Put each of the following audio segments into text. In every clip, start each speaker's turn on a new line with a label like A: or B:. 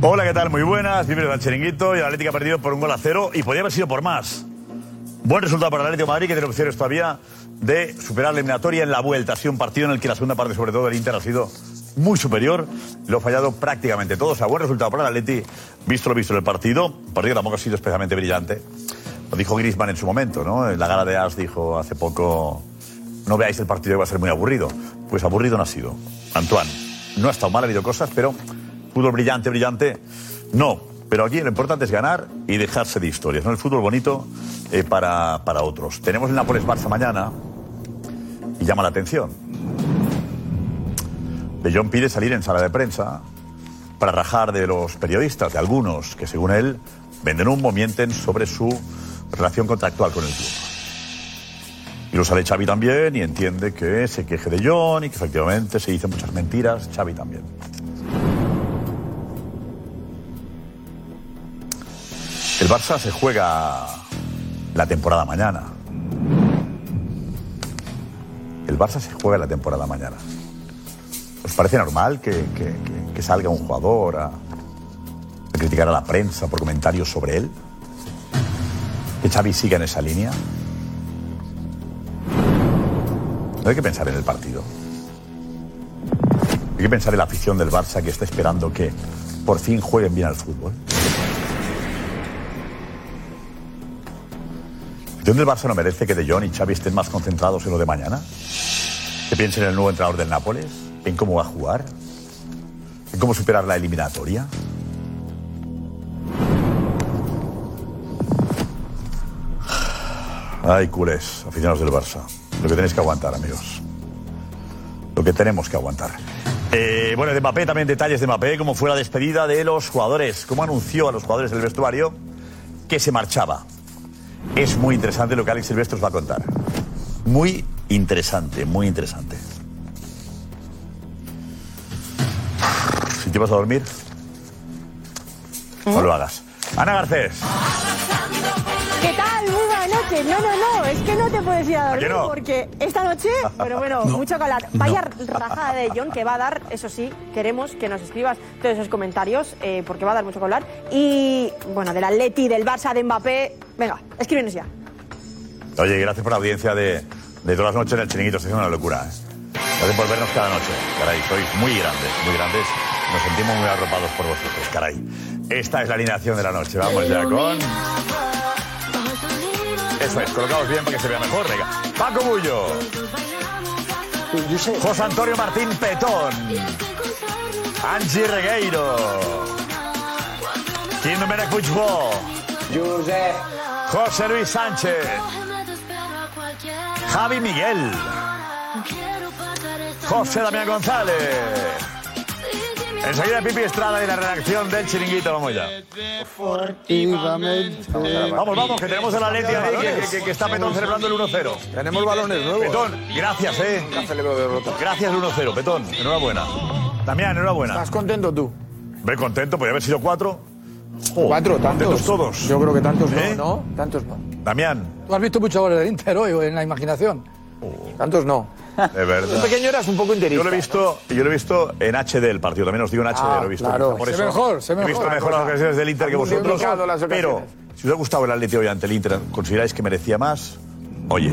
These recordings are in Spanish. A: Hola, ¿qué tal? Muy buenas. Bienvenidos al Chiringuito. Y el Atlético ha perdido por un gol a cero y podría haber sido por más. Buen resultado para el Atlético de Madrid, que tiene opciones todavía de superar la eliminatoria en la vuelta. Ha sido un partido en el que la segunda parte, sobre todo, del Inter ha sido muy superior. Lo ha fallado prácticamente todo. O sea, buen resultado para el Atleti, visto lo visto en el partido. El partido tampoco ha sido especialmente brillante. Lo dijo Griezmann en su momento, ¿no? En la gala de As dijo hace poco, no veáis el partido que va a ser muy aburrido. Pues aburrido no ha sido. Antoine, no ha estado mal, ha habido cosas, pero fútbol brillante, brillante, no. Pero aquí lo importante es ganar y dejarse de historias, ¿no? El fútbol bonito eh, para, para otros. Tenemos el Nápoles-Barça mañana y llama la atención. De John pide salir en sala de prensa para rajar de los periodistas, de algunos que según él venden humo, mienten sobre su relación contractual con el club. Y lo sabe Xavi también y entiende que se queje de John y que efectivamente se dicen muchas mentiras, Xavi también. El Barça se juega la temporada mañana. El Barça se juega la temporada mañana. ¿Os parece normal que, que- que- que salga un jugador a, a criticar a la prensa por comentarios sobre él? ¿Que Xavi siga en esa línea? No hay que pensar en el partido. Hay que pensar en la afición del Barça que está esperando que por fin jueguen bien al fútbol. ¿De dónde el Barça no merece que De Jong y Xavi estén más concentrados en lo de mañana? ¿Que piensen en el nuevo entrenador del Nápoles? ¿En cómo va a jugar? ¿En cómo superar la eliminatoria? Ay, culés, aficionados del Barça. Lo que tenéis que aguantar, amigos. Lo que tenemos que aguantar. Eh, bueno, de Mbappé también detalles de Mbappé, cómo fue la despedida de los jugadores, cómo anunció a los jugadores del vestuario que se marchaba. Es muy interesante lo que Alex Silvestre os va a contar. Muy interesante, muy interesante. Si te vas a dormir, no lo hagas. Ana Garcés,
B: ¿Qué tal? Muy buenas noches. No, no, no, es que no te puedes ir a
A: ¿A que
B: dormir
A: no?
B: porque esta noche, bueno, bueno, mucho calor. Vaya rajada de John que va a dar, eso sí, queremos que nos escribas todos esos comentarios eh, porque va a dar mucho que hablar. Y bueno, del Atleti, del Barça, de Mbappé. Venga, escríbenos ya.
A: oye, gracias por la audiencia de, de todas las noches en el chiringuito, es una locura. ¿eh? Gracias por vernos cada noche. Caray, sois muy grandes, muy grandes. Nos sentimos muy arropados por vosotros, caray. Esta es la alineación de la noche. Vamos ya con... Eso es, colocaos bien para que se vea mejor. Venga. Paco Bullo. José Antonio Martín Petón. Angie Regueiro. Quim Domènech Puigbó. Josep. José Luis Sánchez. Javi Miguel. José Damián González. Enseguida Pipi Estrada y la redacción del Chiringuito. Vamos ya. Eh, Vamos, vamos, que tenemos el Atleti ahí que, que- que- que está Petón celebrando el 1-0. Tenemos balones nuevos. Petón, gracias, eh. Gracias el 1-0, Petón. Enhorabuena. Damián, enhorabuena. ¿Estás
C: contento tú?
A: Ve contento, podría haber sido cuatro. Jo,
C: Cuatro, tantos.
A: contentos todos.
C: Yo creo que tantos no,
A: ¿Eh?
C: ¿no? Tantos no.
A: Damián,
D: Tú has visto muchos goles del Inter hoy en la imaginación.
A: Oh.
C: Tantos no.
A: de verdad.
C: Tú pequeño eras un poco interista.
A: Yo lo he visto, yo lo he visto en HD el partido, también os digo en HD,
C: Ah,
A: lo he visto.
C: claro.
A: Por
C: Se
A: eso
C: ve mejor, se ve
A: He visto
C: mejor.
A: mejor las ocasiones del Inter que
C: Han
A: vosotros.
C: multiplicado las
A: Pero
C: ocasiones.
A: si os ha gustado el Atleti hoy ante el Inter, ¿consideráis que merecía más? Oye,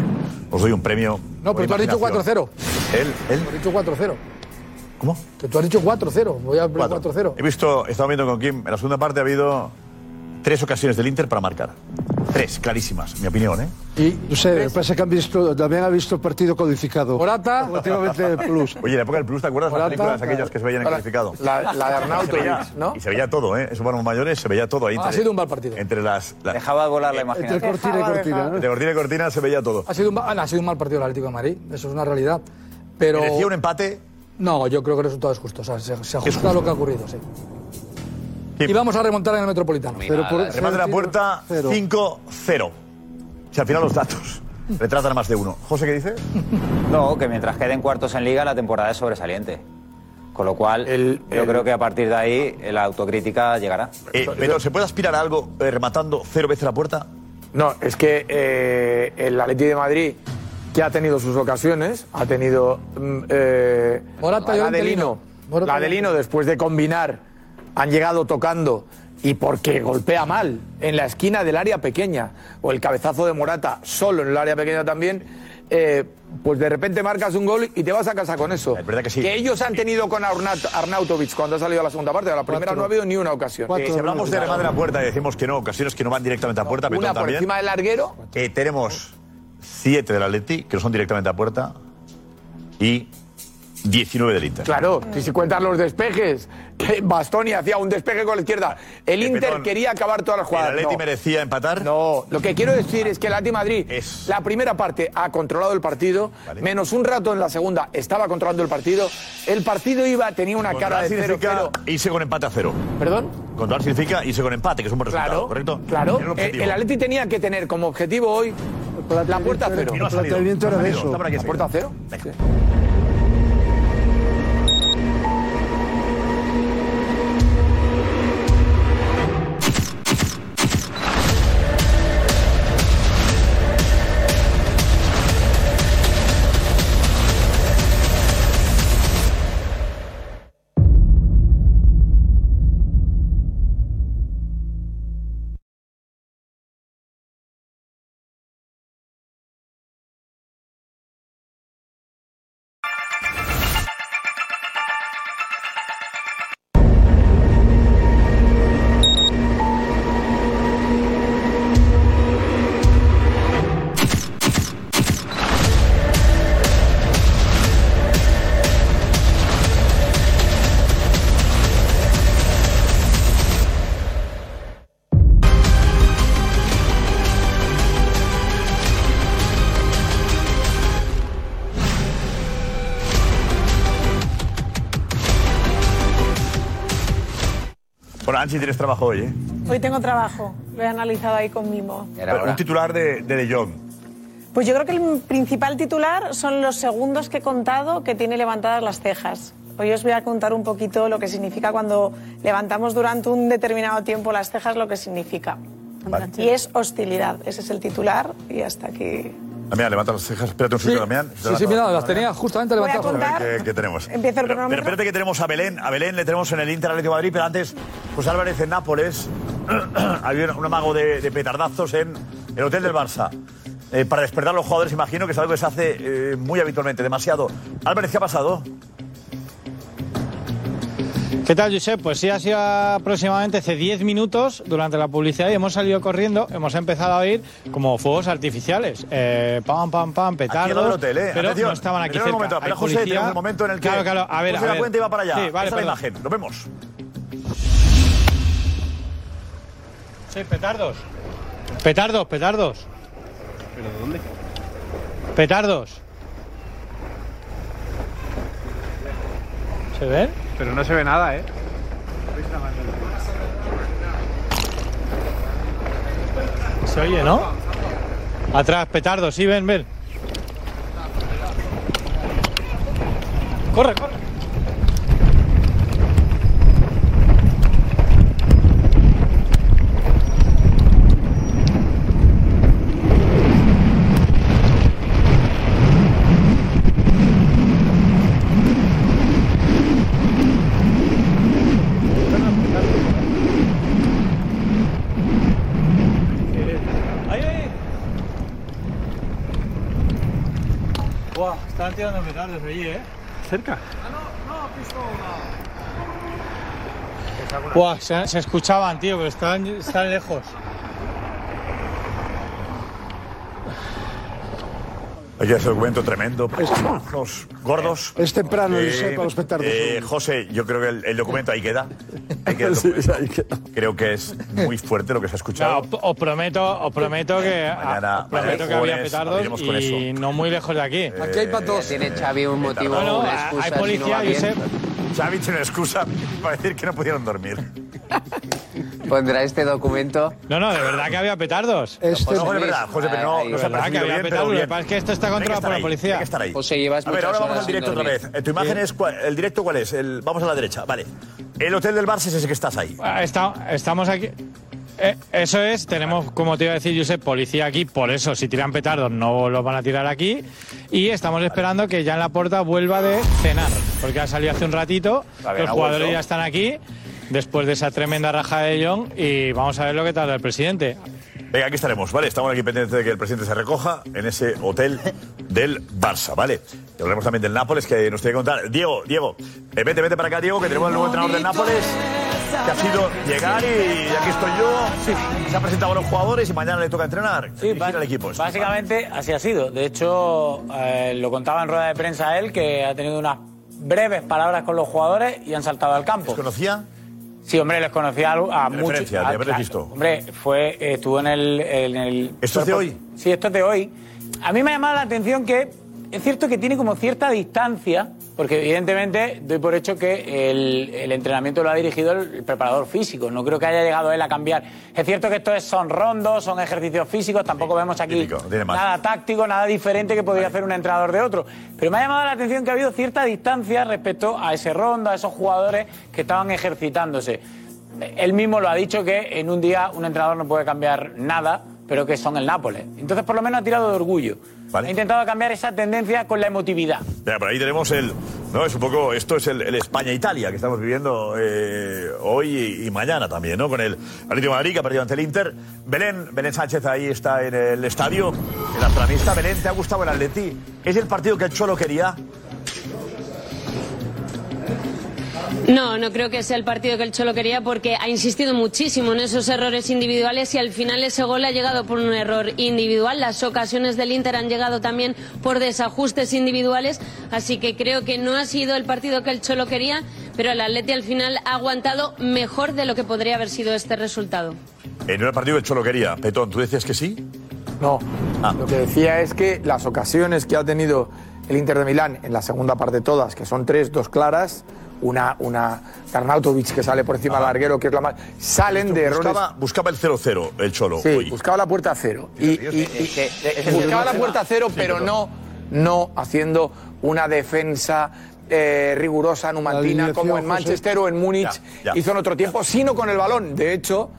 A: os doy un premio.
D: No,
A: por
D: pero tú has dicho
A: imaginación.
D: 4-0.
A: Él, él.
D: Has dicho 4-0.
A: ¿Cómo?
D: Que tú has dicho 4-0. Voy a poner 4-0.
A: He visto, he estado viendo con Kim, en la segunda parte ha habido tres ocasiones del Inter para marcar. Tres, clarísimas, mi opinión, ¿eh?
E: Y no sé, lo que pasa es que han visto, también ha visto el partido codificado.
D: Morata.
E: Últimamente el plus.
A: Oye, en la época del Plus, ¿te acuerdas las
D: Morata,
A: películas aquellas que se veían en
C: Ahora,
A: calificado?
C: La, la
A: Y
C: de
A: se veía-
C: Arnautovic, ¿no?
A: Y se veía todo, ¿eh? Esos varones mayores se veía todo ahí.
D: Ha
A: entre-
D: sido un mal partido.
A: Entre las. la-
F: Dejaba volar la
E: Entre
F: imaginación.
E: cortina y cortina, ¿no?
A: entre cortina y cortina se veía todo.
D: Ha sido, un, ma- ha sido un mal partido el Atlético de Madrid. Eso es una realidad. Pero.
A: Merecía un empate.
D: No, yo creo que el resultado es justo. O sea, se, se ajusta
A: justo.
D: a lo que ha ocurrido, sí.
A: Sí.
D: Y vamos a remontar en el Metropolitano.
E: Pero por,
A: Remate de la puerta
E: Cero.
A: 5-0. Si al final los datos retratan a más de uno. José, ¿qué dice?
F: No, que mientras queden cuartos en liga, la temporada es sobresaliente. Con lo cual, yo creo que a partir de ahí eh, la autocrítica llegará.
A: Eh, Beto, ¿se puede aspirar a algo eh, rematando cero veces la puerta?
C: No, es que eh, el Atleti de Madrid, que ha tenido sus ocasiones, ha tenido mm, eh,
D: Morata y
C: la
D: Adelino.
C: de Lino,
D: Morata
C: la
D: y
C: de Lino, después de combinar han llegado tocando y porque golpea mal en la esquina del área pequeña o el cabezazo de Morata solo en el área pequeña también, eh, pues de repente marcas un gol y te vas a casa con eso.
A: Es verdad que sí.
C: ellos han tenido con Arnaut- Arnautovic cuando ha salido a la segunda parte, a la primera
A: Cuatro.
C: no ha habido ni una ocasión.
A: Eh, si hablamos de remate a la puerta y decimos que no, ocasiones que no van directamente a puerta, pero
C: una por
A: también.
C: encima del larguero
A: Eh, tenemos 7 del Atleti que no son directamente a puerta y 19 del Inter.
C: Claro, y si cuentas los despejes, que Bastoni hacía un despeje con la izquierda. El Inter
A: Eh, perdón.
C: quería acabar todas las jugadas.
A: ¿El Atleti
C: No.
A: merecía empatar?
C: No, lo que quiero decir es que el Atleti Madrid, la primera parte ha controlado el partido, menos un rato en la segunda estaba controlando el partido. El partido iba, tenía una cara
A: Controlar
C: de cero,
A: significa irse con empate a cero.
C: ¿Perdón?
A: Controlar significa irse con empate, que es un buen resultado,
C: Claro,
A: ¿correcto?
C: claro.
A: Tiene un
C: El,
A: objetivo.
C: el Atleti tenía que tener como objetivo hoy la puerta a cero.
A: Y no ha salido. No ha salido. Está por aquí,
C: ¿La
A: sí.
C: puerta a cero?
A: Venga. Bueno, Ansi, tienes trabajo hoy, ¿eh?
G: Hoy tengo trabajo, lo he analizado ahí con mimo.
A: Un titular de De, de Jong.
G: Pues yo creo que el principal titular son los segundos que he contado que tiene levantadas las cejas. Hoy os voy a contar un poquito lo que significa cuando levantamos durante un determinado tiempo las cejas, lo que significa. Y es hostilidad, ese es el titular y hasta aquí.
A: Damián, levanta las cejas. Espérate un segundo, Damián.
D: Sí, sí, mira, las tenía justamente
G: Voy a
D: levantadas.
G: contar-
A: ¿Qué, qué tenemos?
G: Empieza el
A: Pero- pero,
G: cronómetro.
A: espérate que tenemos a Belén. A Belén le tenemos en el Inter Atlético de Madrid, pero antes, José Álvarez en Nápoles. Había un, un amago de, de petardazos en el hotel del Barça. Eh, para despertar a los jugadores, imagino que es algo que se hace eh, muy habitualmente, demasiado. Álvarez, ¿qué ha pasado?
H: ¿Qué tal, Josep? Pues sí, ha sido aproximadamente hace 10 minutos durante la publicidad y hemos salido corriendo, hemos empezado a oír como fuegos artificiales. Eh, pam, pam, pam,
A: Aquí al lado
H: petardos.
A: del hotel, ¿eh?
H: Pero
A: Atención,
H: no estaban aquí
A: tenemos
H: cerca.
A: Un momento, pero
H: Hay
A: José,
H: policía.
A: tenemos el momento en el que
H: Claro, claro, a ver,
A: José
H: a
A: da
H: ver.
A: cuenta y va para allá.
H: Sí, vale,
A: Esa es la
H: perdón.
A: imagen, lo vemos.
H: Sí, petardos. Petardos, petardos. ¿Pero dónde? Petardos. ¿Se ven?
I: Pero no se ve nada, ¿eh?
H: Se oye, ¿no? Atrás, petardos, sí, ven, ven. Corre, corre. Buah, están tirando petardos allí, ¿eh? Cerca. Buah, se, se escuchaban, tío, pero están, están lejos.
A: Oye, es un argumento tremendo. Unos gordos.
E: Es temprano, Josep, para los petardos.
A: eh, José, yo creo que el, el documento ahí queda. Ahí queda el documento. Creo que es muy fuerte lo que se ha
H: No,
A: escuchado.
H: os- os prometo, os prometo que, ah,
A: Mañana-
H: os prometo
A: mañana
H: que había
A: jueves
H: petardos
A: abriremos con
H: y no muy lejos de aquí.
D: Aquí hay para todos.
J: Tiene Xavi un motivo,
H: Bueno,
J: una
H: hay
J: excusa. si no
H: policía,
J: va bien,
H: Josep.
A: Xavi tiene una excusa para decir que no pudieron dormir.
J: Pondrá este documento.
H: No, no, de verdad que había petardos.
A: José, no, de verdad, Ah, José, pero
H: Eh,
A: no,
J: Ahí,
A: no se ha
J: verdad que
A: percibido
H: había
A: bien, pero
H: petardos,
A: bien.
H: lo Ah, que pasa es que esto está
A: Tiene
H: controla
A: estar
H: por la
A: ahí,
H: policía.
A: tiene que estar ahí.
J: José, llevas
A: A ver,
J: muchas
A: ahora vamos
J: horas
A: al
J: sin
A: directo otra
J: dormir.
A: vez. Eh, Tu imagen es. cua- ¿El directo cuál es? El- vamos a la derecha, vale. El hotel del Barça es ese que estás ahí.
H: Ah, está- estamos aquí. Eh, eso es, tenemos, como te iba a decir, Josep, policía aquí, por eso, si tiran petardos no los van a tirar aquí. Y estamos esperando que ya en la puerta vuelva de cenar, porque ha salido hace un ratito,
F: Todavía
H: los
F: no ha
H: jugadores
F: vuelto.
H: ya están aquí. después de esa tremenda raja de Young y vamos a ver lo que tarda el presidente.
A: Venga, aquí estaremos, ¿vale? Estamos aquí pendientes de que el presidente se recoja en ese hotel del Barça, ¿vale? Y hablaremos también del Nápoles, que nos tiene que contar. Diego, Diego, eh, vete, vete para acá, Diego, que tenemos el nuevo entrenador del Nápoles, que ha sido llegar y aquí estoy yo. Se han presentado a los jugadores y mañana le toca entrenar. Sí, al equipo. este.
I: Básicamente así ha sido. De hecho, eh, lo contaba en rueda de prensa él, que ha tenido unas breves palabras con los jugadores y han saltado al campo. ¿Los
A: conocía?
I: Sí, hombre, les conocía a, a
A: De
I: muchos.
A: referencia, de
I: a-
A: haberles
I: claro,
A: visto.
I: Hombre, fue, eh, estuvo en el, en el-
A: ¿Esto es de hoy?
I: Sí, esto es de hoy. A mí me ha llamado la atención que es cierto que tiene como cierta distancia, porque evidentemente doy por hecho que el, el entrenamiento lo ha dirigido el, el preparador físico. No creo que haya llegado él a cambiar. Es cierto que esto es- son rondos, son ejercicios físicos, tampoco vemos aquí
A: tiene más.
I: nada táctico, nada diferente que podría hacer un entrenador de otro. Pero me ha llamado la atención que ha habido cierta distancia respecto a ese rondo, a esos jugadores que estaban ejercitándose. Él mismo lo ha dicho que en un día un entrenador no puede cambiar nada, pero que son el Nápoles. Entonces, por lo menos ha tirado de orgullo. Ha intentado cambiar esa tendencia con la emotividad.
A: Ya, por ahí tenemos el. No, es un poco. Esto es el, el España-Italia que estamos viviendo eh, hoy y, y mañana también, ¿no? Con el Atlético de Madrid que ha perdido ante el Inter. Belén, Belén Sánchez ahí está en el estadio, el astramista. Belén, ¿te ha gustado el Atleti? ¿Es el partido que el Cholo quería?
K: No, no creo que sea el partido que el Cholo quería porque ha insistido muchísimo en esos errores individuales y al final ese gol ha llegado por un error individual. Las ocasiones del Inter han llegado también por desajustes individuales, así que creo que no ha sido el partido que el Cholo quería, pero el Atleti al final ha aguantado mejor de lo que podría haber sido este resultado.
A: En el partido que el Cholo quería. Petón, ¿tú decías que sí? Ah.
C: No. Lo que decía es que las ocasiones que ha tenido el Inter de Milán en la segunda parte todas, que son tres, dos claras, una, una Arnautovic que sale por encima del larguero, que es la más. Salen de errores.
A: Buscaba, buscaba el 0-0 el Cholo
C: Sí,
A: hoy.
C: buscaba la puerta a cero. Y, y- y-
A: eh,
C: eh, buscaba la puerta a cero,
A: Sí,
C: pero
A: perdón.
C: no, no haciendo una defensa eh, rigurosa, numantina, como en
E: José.
C: Manchester o en Múnich.
E: Ya, ya.
C: Hizo en otro tiempo, sino con el balón. De hecho,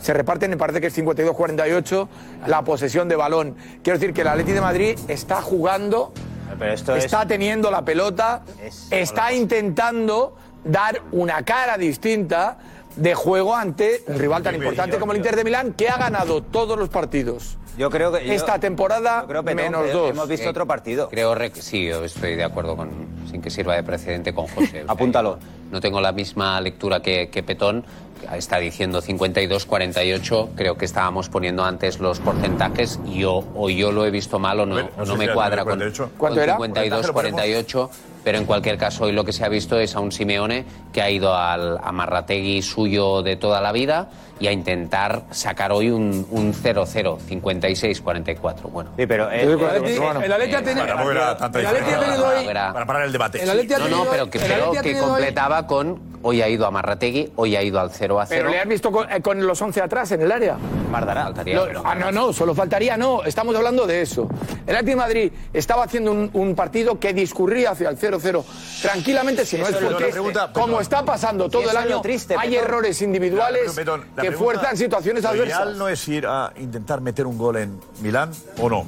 C: se reparten, me parece que es 52-48, la posesión de balón. Quiero decir que el Atleti de Madrid está jugando
F: Pero esto es-
C: está teniendo la pelota, está intentando dar una cara distinta de juego ante un rival tan importante como el Inter de Milán, que ha ganado todos los partidos.
F: Yo creo que. yo-
C: Esta temporada,
F: yo creo, Petón,
C: menos
A: eh,
F: que ¿eh?
C: dos. Eh,
F: Hemos visto otro partido.
J: Eh, Creo rec- sí, yo estoy de acuerdo con sin que sirva de precedente con José. Apúntalo. No tengo la misma lectura que, que Petón. que Está diciendo 52-48. Creo que estábamos poniendo antes los porcentajes y o, o yo lo he visto mal o no,
L: Bueno, no
J: o
L: sé
J: no
L: si
J: me
L: era
J: cuadra con,
L: 48.
J: con
L: ¿Cuánto era?
J: 52-48. Pero en cualquier caso, hoy lo que se ha visto es a un Simeone que ha ido al amarrategui suyo de toda la vida y a intentar sacar hoy un un 0-0, 56-44. Bueno.
F: Sí, pero
C: el- Yo creo que el- el- bueno. el Atleti ha tenido-
J: Para, tampoco era tanta
C: el Atleti
J: diferencia.
C: ha tenido hoy-
J: Era-
C: para parar el debate. El
J: Sí.
C: Atleti ha
J: no,
C: tenido
J: no, pero que,
C: hoy- el
J: pero
C: Atleti ha
J: que
C: tenido hoy-
J: completaba con hoy ha ido a Marrategui, hoy ha ido al 0 a 0.
C: Pero le has visto con, eh, con los 11 atrás en el área.
J: Faltaría,
C: Lo-
J: pero-
C: ah, no, no, solo faltaría, no, estamos hablando de eso. El Atlético de Madrid estaba haciendo un, un partido que discurría hacia el 0-0 tranquilamente, si no
A: Eso
C: es
A: es lo
C: porque,
A: triste. Pregunta,
C: como
A: Petón.
C: está pasando todo
A: Eso
C: el
A: es lo
C: año,
A: triste,
C: hay
A: Petón.
C: errores individuales
A: Claro, pero, Petón, la
C: que
A: pregunta-
C: fuerzan situaciones
A: ¿Lo
C: adversas.
A: ideal no es ir a intentar meter un gol en Milán o no?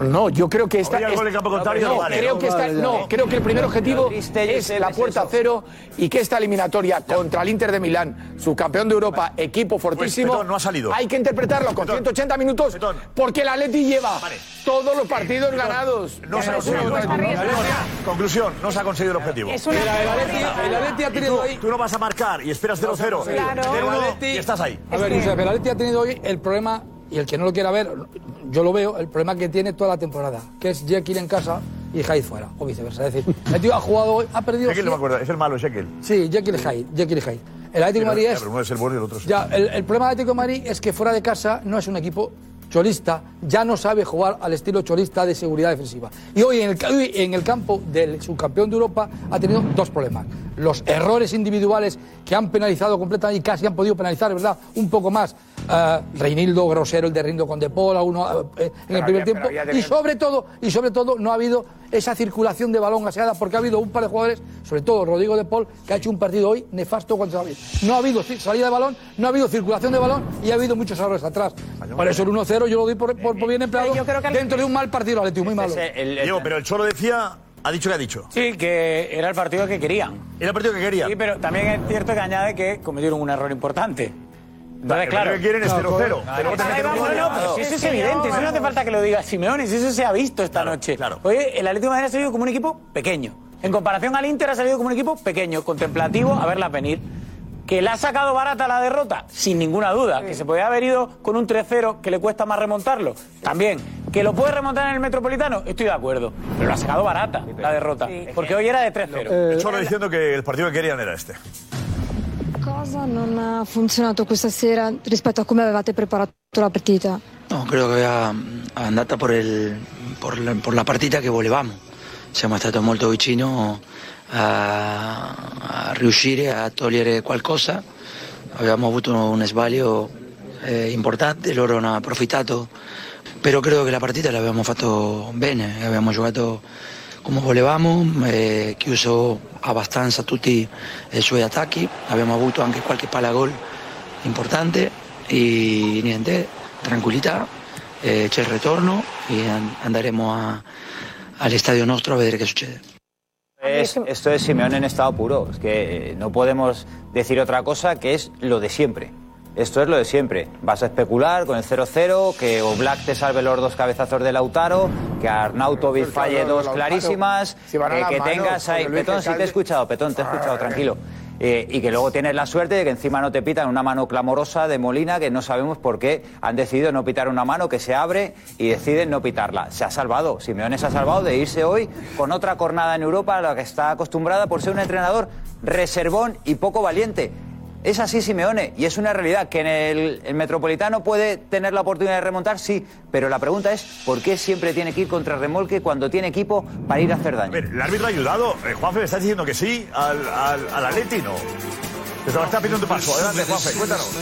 C: No, yo creo que esta
A: Habría
C: es-
A: gol en campo contrario,
C: no,
A: no vale.
C: creo
A: No
C: que esta-
A: vale, ya.
C: no, creo que el primer
A: Lo
C: objetivo
A: triste,
C: es
A: Josep,
C: la
A: es
C: puerta
A: eso.
C: cero y que esta eliminatoria contra el Inter de Milán, subcampeón de Europa, equipo fortísimo,
A: Pues, Petón, no ha salido.
C: hay que interpretarlo con 180 minutos porque el Atleti lleva todos los partidos
A: Eh, Petón,
C: ganados.
A: No se ha
C: Menos uno
A: conseguido el
C: contra el
A: objetivo.
C: Inter.
A: Conclusión, no se ha conseguido el objetivo.
C: Es una- Mira, el Atleti- el Atleti ha
A: Y tú-
D: tenido
A: Tú no vas a marcar y esperas 0-0.
D: Claro.
A: Tener uno
D: El Atleti-
A: y estás ahí.
D: A ver, Josep, el Atleti ha tenido hoy el problema, y el que no lo quiera ver, yo lo veo, el problema que tiene toda la temporada, que es Jekyll en casa y Hyde fuera, o viceversa. Es decir, el tío ha jugado hoy, ha perdido...
A: Jekyll no me acuerdo, es el malo, Jekyll.
D: Sí, Jekyll y Hyde, Jekyll y Hyde. El Atlético de Madrid
A: Ya,
D: es...
A: pero uno es el bueno y el otro es
D: Ya, el, el problema del Atlético de Madrid es que fuera de casa no es un equipo cholista, ya no sabe jugar al estilo cholista de seguridad defensiva. Y hoy en el, ca- hoy en el campo del subcampeón de Europa ha tenido dos problemas. Los errores individuales que han penalizado completamente y casi han podido penalizar, ¿verdad? Un poco más. ah, Reinildo, grosero, el de Rindo con De Pola, uno ah, eh, en
C: Pero
D: el primer
C: había-
D: tiempo.
C: pero había
D: Y
C: tenido-
D: sobre todo, y sobre todo, no ha habido esa circulación de balón gaseada porque ha habido un par de jugadores, sobre todo Rodrigo de Paul, que ha hecho un partido hoy nefasto contra David. No ha habido ci- salida de balón, no ha habido circulación de balón y ha habido muchos errores atrás. Por eso el 1-0 yo lo doy por, por- por bien empleado dentro de un mal partido del Atlético, muy malo.
A: Diego, pero el Cholo decía ¿Ha dicho que ha dicho?
I: Sí, que era el partido que querían.
A: Era el partido que querían.
I: Sí, pero también es cierto que añade que cometieron un error importante. Entonces,
A: Vale,
I: claro.
A: lo que quieren es 0-0. Pero
I: Claro, claro.
A: también
I: No,
A: tenemos-
I: no, pero si eso es evidente, eso no hace falta que lo diga Simeone, si eso se ha visto esta noche. Oye, el Atlético de Madrid ha salido como un equipo pequeño. En comparación al Inter ha salido como un equipo pequeño, contemplativo, a verla venir. ¿Que le ha sacado barata la derrota? Sin ninguna duda. ¿Que se podía haber ido con un 3-0 que le cuesta más remontarlo? También. ¿Que lo puede remontar en el Metropolitano? Estoy de acuerdo. Pero lo ha sacado barata la derrota. Porque hoy era de 3-0.
A: Eh, Solo diciendo que el partido que querían era este.
L: Cosa non ha funzionato questa sera rispetto a come avevate preparato la partita?
M: No, creo que era andata por, el, por, la, por la partita che volevamo. Siamo stati molto vicino a, a riuscire a togliere qualcosa. Abbiamo avuto un sbaglio eh, importante, loro hanno approfittato, però credo che la partita l'abbiamo fatto bene, abbiamo giocato come volevamo, eh, chiuso abbastanza tutti i suoi attacchi, abbiamo avuto anche qualche palla gol importante y niente, tranquilidad, eh, c'è il ritorno y an- andaremo a- al estadio nostro a vedere che succede.
F: Es- esto es Simeone en estado puro. Es que eh, no podemos decir otra cosa que es lo de siempre. Esto es lo de siempre. Vas a especular con el 0-0, que Oblak te salve los dos cabezazos de Lautaro, que Arnautovic falle dos
I: Lautaro.
F: clarísimas,
I: Si van a
F: eh,
I: las
F: que
I: manos,
F: tengas ahí.
I: José Luis,
F: Petón,
I: que Ah,
F: sí te he
I: calde-
F: escuchado, Petón, te he escuchado, tranquilo. Eh, y que luego tienes la suerte de que encima no te pitan una mano clamorosa de Molina, que no sabemos por qué han decidido no pitar una mano que se abre y deciden no pitarla. Se ha salvado, Simeone se ha salvado de irse hoy con otra cornada en Europa a la que está acostumbrada por ser un entrenador reservón y poco valiente. Es así, Simeone, y es una realidad que en el, el Metropolitano puede tener la oportunidad de remontar, sí, pero la pregunta es ¿por qué siempre tiene que ir contra remolque cuando tiene equipo para ir a hacer daño?
A: El árbitro ha ayudado. Eh, Juanfe, ¿me estás diciendo que sí al, al, al Atleti? No. Te estaba- está pidiendo un paso. Adelante, Juanfe, cuéntanos.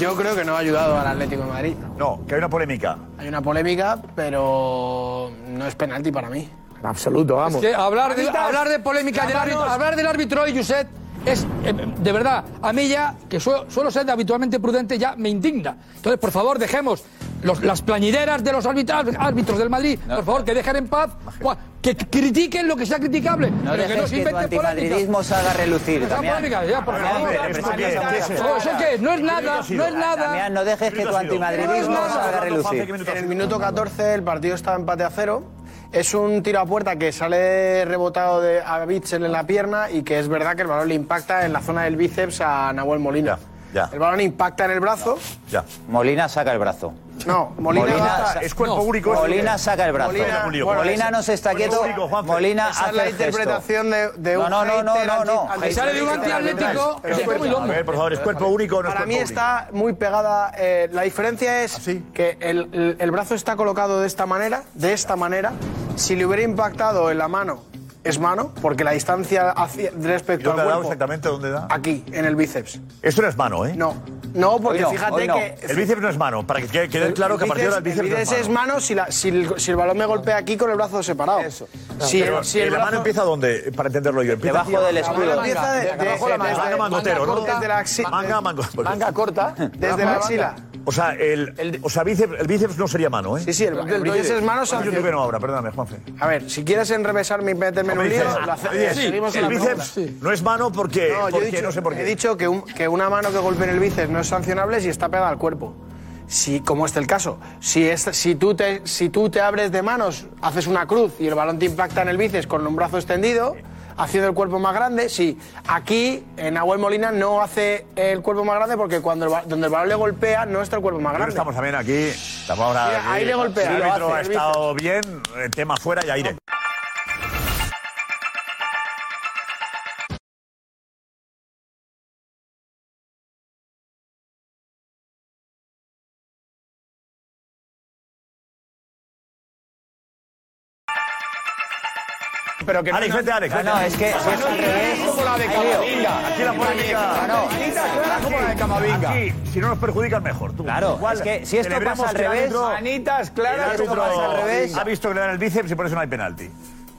N: Yo creo que no ha ayudado al Atlético de Madrid.
A: No, que hay una polémica.
N: Hay una polémica, pero no es penalti para mí.
C: Absoluto,
D: Es
C: vamos.
D: que hablar de,
N: Manitas,
D: hablar de polémica del árbitro,
N: llámanos.
D: hablar del árbitro hoy, Josep, es eh, de verdad, a mí ya, que suelo, suelo ser de habitualmente prudente, ya me indigna. Entonces, por favor, dejemos los- las plañideras de los árbitros, árbitros del Madrid, por favor, que dejen en paz, cua- que critiquen lo que sea criticable,
F: No
D: pero que no
F: dejes
D: se
F: que tu
D: inventen
F: antimadridismo se haga relucir.
D: Esa
F: Damián.
D: polémica, ya, por
F: Damián,
D: favor.
F: pero
D: ¿Esto
F: presta
D: qué es?
F: atención.
D: ¿Eso qué es? No es ¿Qué nada, minuto ha sido? no es nada.
F: Damián, no dejes que tu antimadridismo se haga relucir.
N: En el minuto 14 el partido está empate a cero. Es un tiro a puerta que sale rebotado de, a Bitzel en la pierna y que es verdad que el balón le impacta en la zona del bíceps a Nahuel Molina.
F: Ya, ya.
N: El balón impacta en el brazo.
A: Ya.
F: Molina saca el brazo.
N: No, Molina, va-
F: sa- no, Molina saca el brazo.
N: Molina,
F: Molina,
N: bueno,
F: no
N: ese-
F: se está
N: cuerpo
F: quieto.
N: único, Juanfe.
F: Molina
N: Esa es
F: hace
N: la
F: el gesto.
N: interpretación de- de un
F: No, no, no, no,
N: hater
F: no, no.
N: anti- anti- Sale de un antiatlético,
F: Pero
N: está muy loco.
A: A ver, por favor, es cuerpo único o no es
N: Para mí
A: cuerpo único?
N: está muy pegada. eh, la diferencia es que el, el- el brazo está colocado de esta manera, de esta manera. Si le hubiera impactado en la mano, es mano, porque la distancia hacia-
A: ¿Y
N: respecto al
A: dónde ha dado
N: cuerpo.
A: exactamente dónde da?
N: Aquí, en el bíceps.
A: Eso no es mano, ¿eh?
N: No. No, porque
A: Hoy no,
N: fíjate
A: hoy no.
N: que.
A: El bíceps no es mano, para que quede quede
N: El-
A: claro
N: el
A: que a partir de ahora el
N: bíceps-
A: bíceps no es mano.
N: es mano si, la- si el, si el balón me golpea aquí con el brazo separado. Eso. Si,
A: Pero,
N: si el
A: ¿y la mano
N: brazo-
A: empieza dónde? Para entenderlo yo. Empieza
N: Debajo
A: aquí.
N: del escudo.
A: La mano
N: Empieza de- de-
A: Debajo la manga.
N: desde-
A: Manga mangotero,
N: manga
A: ¿no?
N: corta. Desde la axi-
A: Manga mangotero.
C: Manga corta.
N: Desde la axila.
A: O sea, el, o sea bíceps, el bíceps no sería mano, ¿eh?
N: Sí, sí, el- el bíceps es mano,
A: Yo
N: sanción.
A: creo que no ahora, perdóname, Juanfe.
N: A ver, si quieres enrevesarme y meterme en un lío, lo hace- eh,
A: Oye,
N: seguimos
A: el
N: con la
A: bíceps
N: pregunta.
A: no es mano porque,
N: No, yo
A: porque
N: he dicho,
A: no sé por qué.
N: he dicho que, un- que una mano que golpea en el bíceps no es sancionable si está pegada al cuerpo. Si, como este el caso, si, es- si, tú te, si tú te abres de manos, haces una cruz y el balón te impacta en el bíceps con un brazo extendido, haciendo el cuerpo más grande, sí. Aquí, en Agüel Molina, no hace el cuerpo más grande porque cuando el ba- donde el balón le golpea, no está el cuerpo más
A: Pero
N: grande.
A: estamos también aquí. Estamos ahora
N: Mira,
A: aquí.
N: ahí le golpea,
A: El
N: lo
A: árbitro
N: hace,
A: ha
N: el
A: estado bien, el tema fuera y aire.
N: Pero
A: Alex, vete, Alex.
F: No,
A: vete.
F: no, es que. Es que es
N: como la de
A: Camavinga. Aquí la
F: No,
A: polémica.
F: no.
A: como la de Camavinga. Aquí, si no nos perjudican, mejor. Tú.
F: Claro,
A: Igual,
F: es que si esto
A: celebremos
F: pasa al
A: que el
F: revés,
A: árbitro-
F: manitas claras,
A: el
F: esto
A: árbitro
F: pasa al revés.
A: Ha visto que le dan el bíceps y por eso no hay penalti.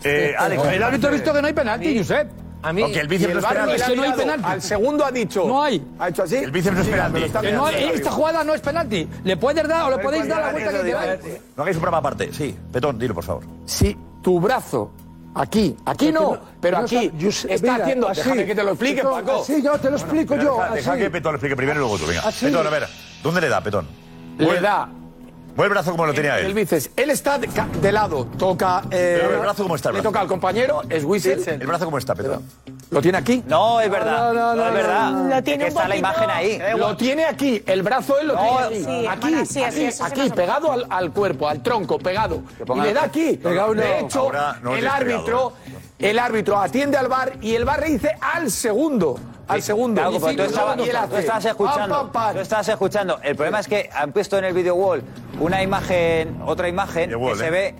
A: Eh,
C: Sí,
A: Alex,
C: el árbitro ha visto que
D: no hay penalti, Josep.
C: A mí,
A: Porque el bíceps
C: y
A: no es
C: VAR
A: penalti.
C: me la
A: Es que no
C: ha
A: hay
C: mirado.
A: penalti.
C: Al segundo ha dicho.
D: No hay.
C: Ha hecho así.
A: El bíceps no es
C: Mira,
A: penalti.
C: me lo está
A: Que
D: Que no,
C: mirando.
D: esta jugada no es penalti. Le puedes dar o le podéis dar la vuelta que queráis.
A: No hagáis un programa aparte. Sí, Petón, dilo, por favor.
C: Si tu brazo Aquí, aquí
E: Pero
C: no,
E: que no-
C: pero
E: no
C: aquí
E: está- yo sé-
C: está
E: mira,
C: haciendo.
E: así.
C: déjame que te lo explique,
E: Petón,
C: Paco.
E: así, yo te lo explico
A: Pero
E: yo,
A: Deja, deja
E: así.
A: que Petón lo explique primero y luego tú. Venga.
C: Así.
A: Petón, a ver. ¿Dónde le da, Petón?
C: Le da.
A: Mueve el brazo como lo tenía
C: El,
A: él.
C: bíceps. Él está de, ca- de lado, toca. eh,
A: Pero el brazo como está. el
C: Le
A: brazo.
C: toca al compañero, es Whistle.
A: El brazo como está, Petón.
C: ¿Lo tiene aquí?
F: No, es verdad. No, es verdad.
C: Lo
F: tiene Es que un está la poquito- imagen ahí. Da igual.
C: Lo tiene aquí. El brazo él lo
F: No,
C: tiene
F: sí,
C: aquí. aquí,
F: bueno, sí,
C: aquí,
F: sí, eso sí
C: aquí,
F: nos ha
C: pegado al, al cuerpo, al tronco, pegado. Y
F: ponga-
C: le da aquí.
F: Pegado
C: de
F: no.
C: hecho,
F: Ahora no
C: el
F: le he
C: árbitro,
A: ¿eh?
C: el árbitro atiende al bar y el bar le dice al segundo. Al segundo.
F: Claro, pero
C: Y
F: tú,
C: sí,
F: estabas,
C: y él
F: tú
C: hace,
F: estabas escuchando.
C: pam, pam, pam.
F: tú estabas escuchando. El problema es que han puesto en el video wall una imagen, otra imagen
A: wall,
F: que se
A: eh.
F: ve,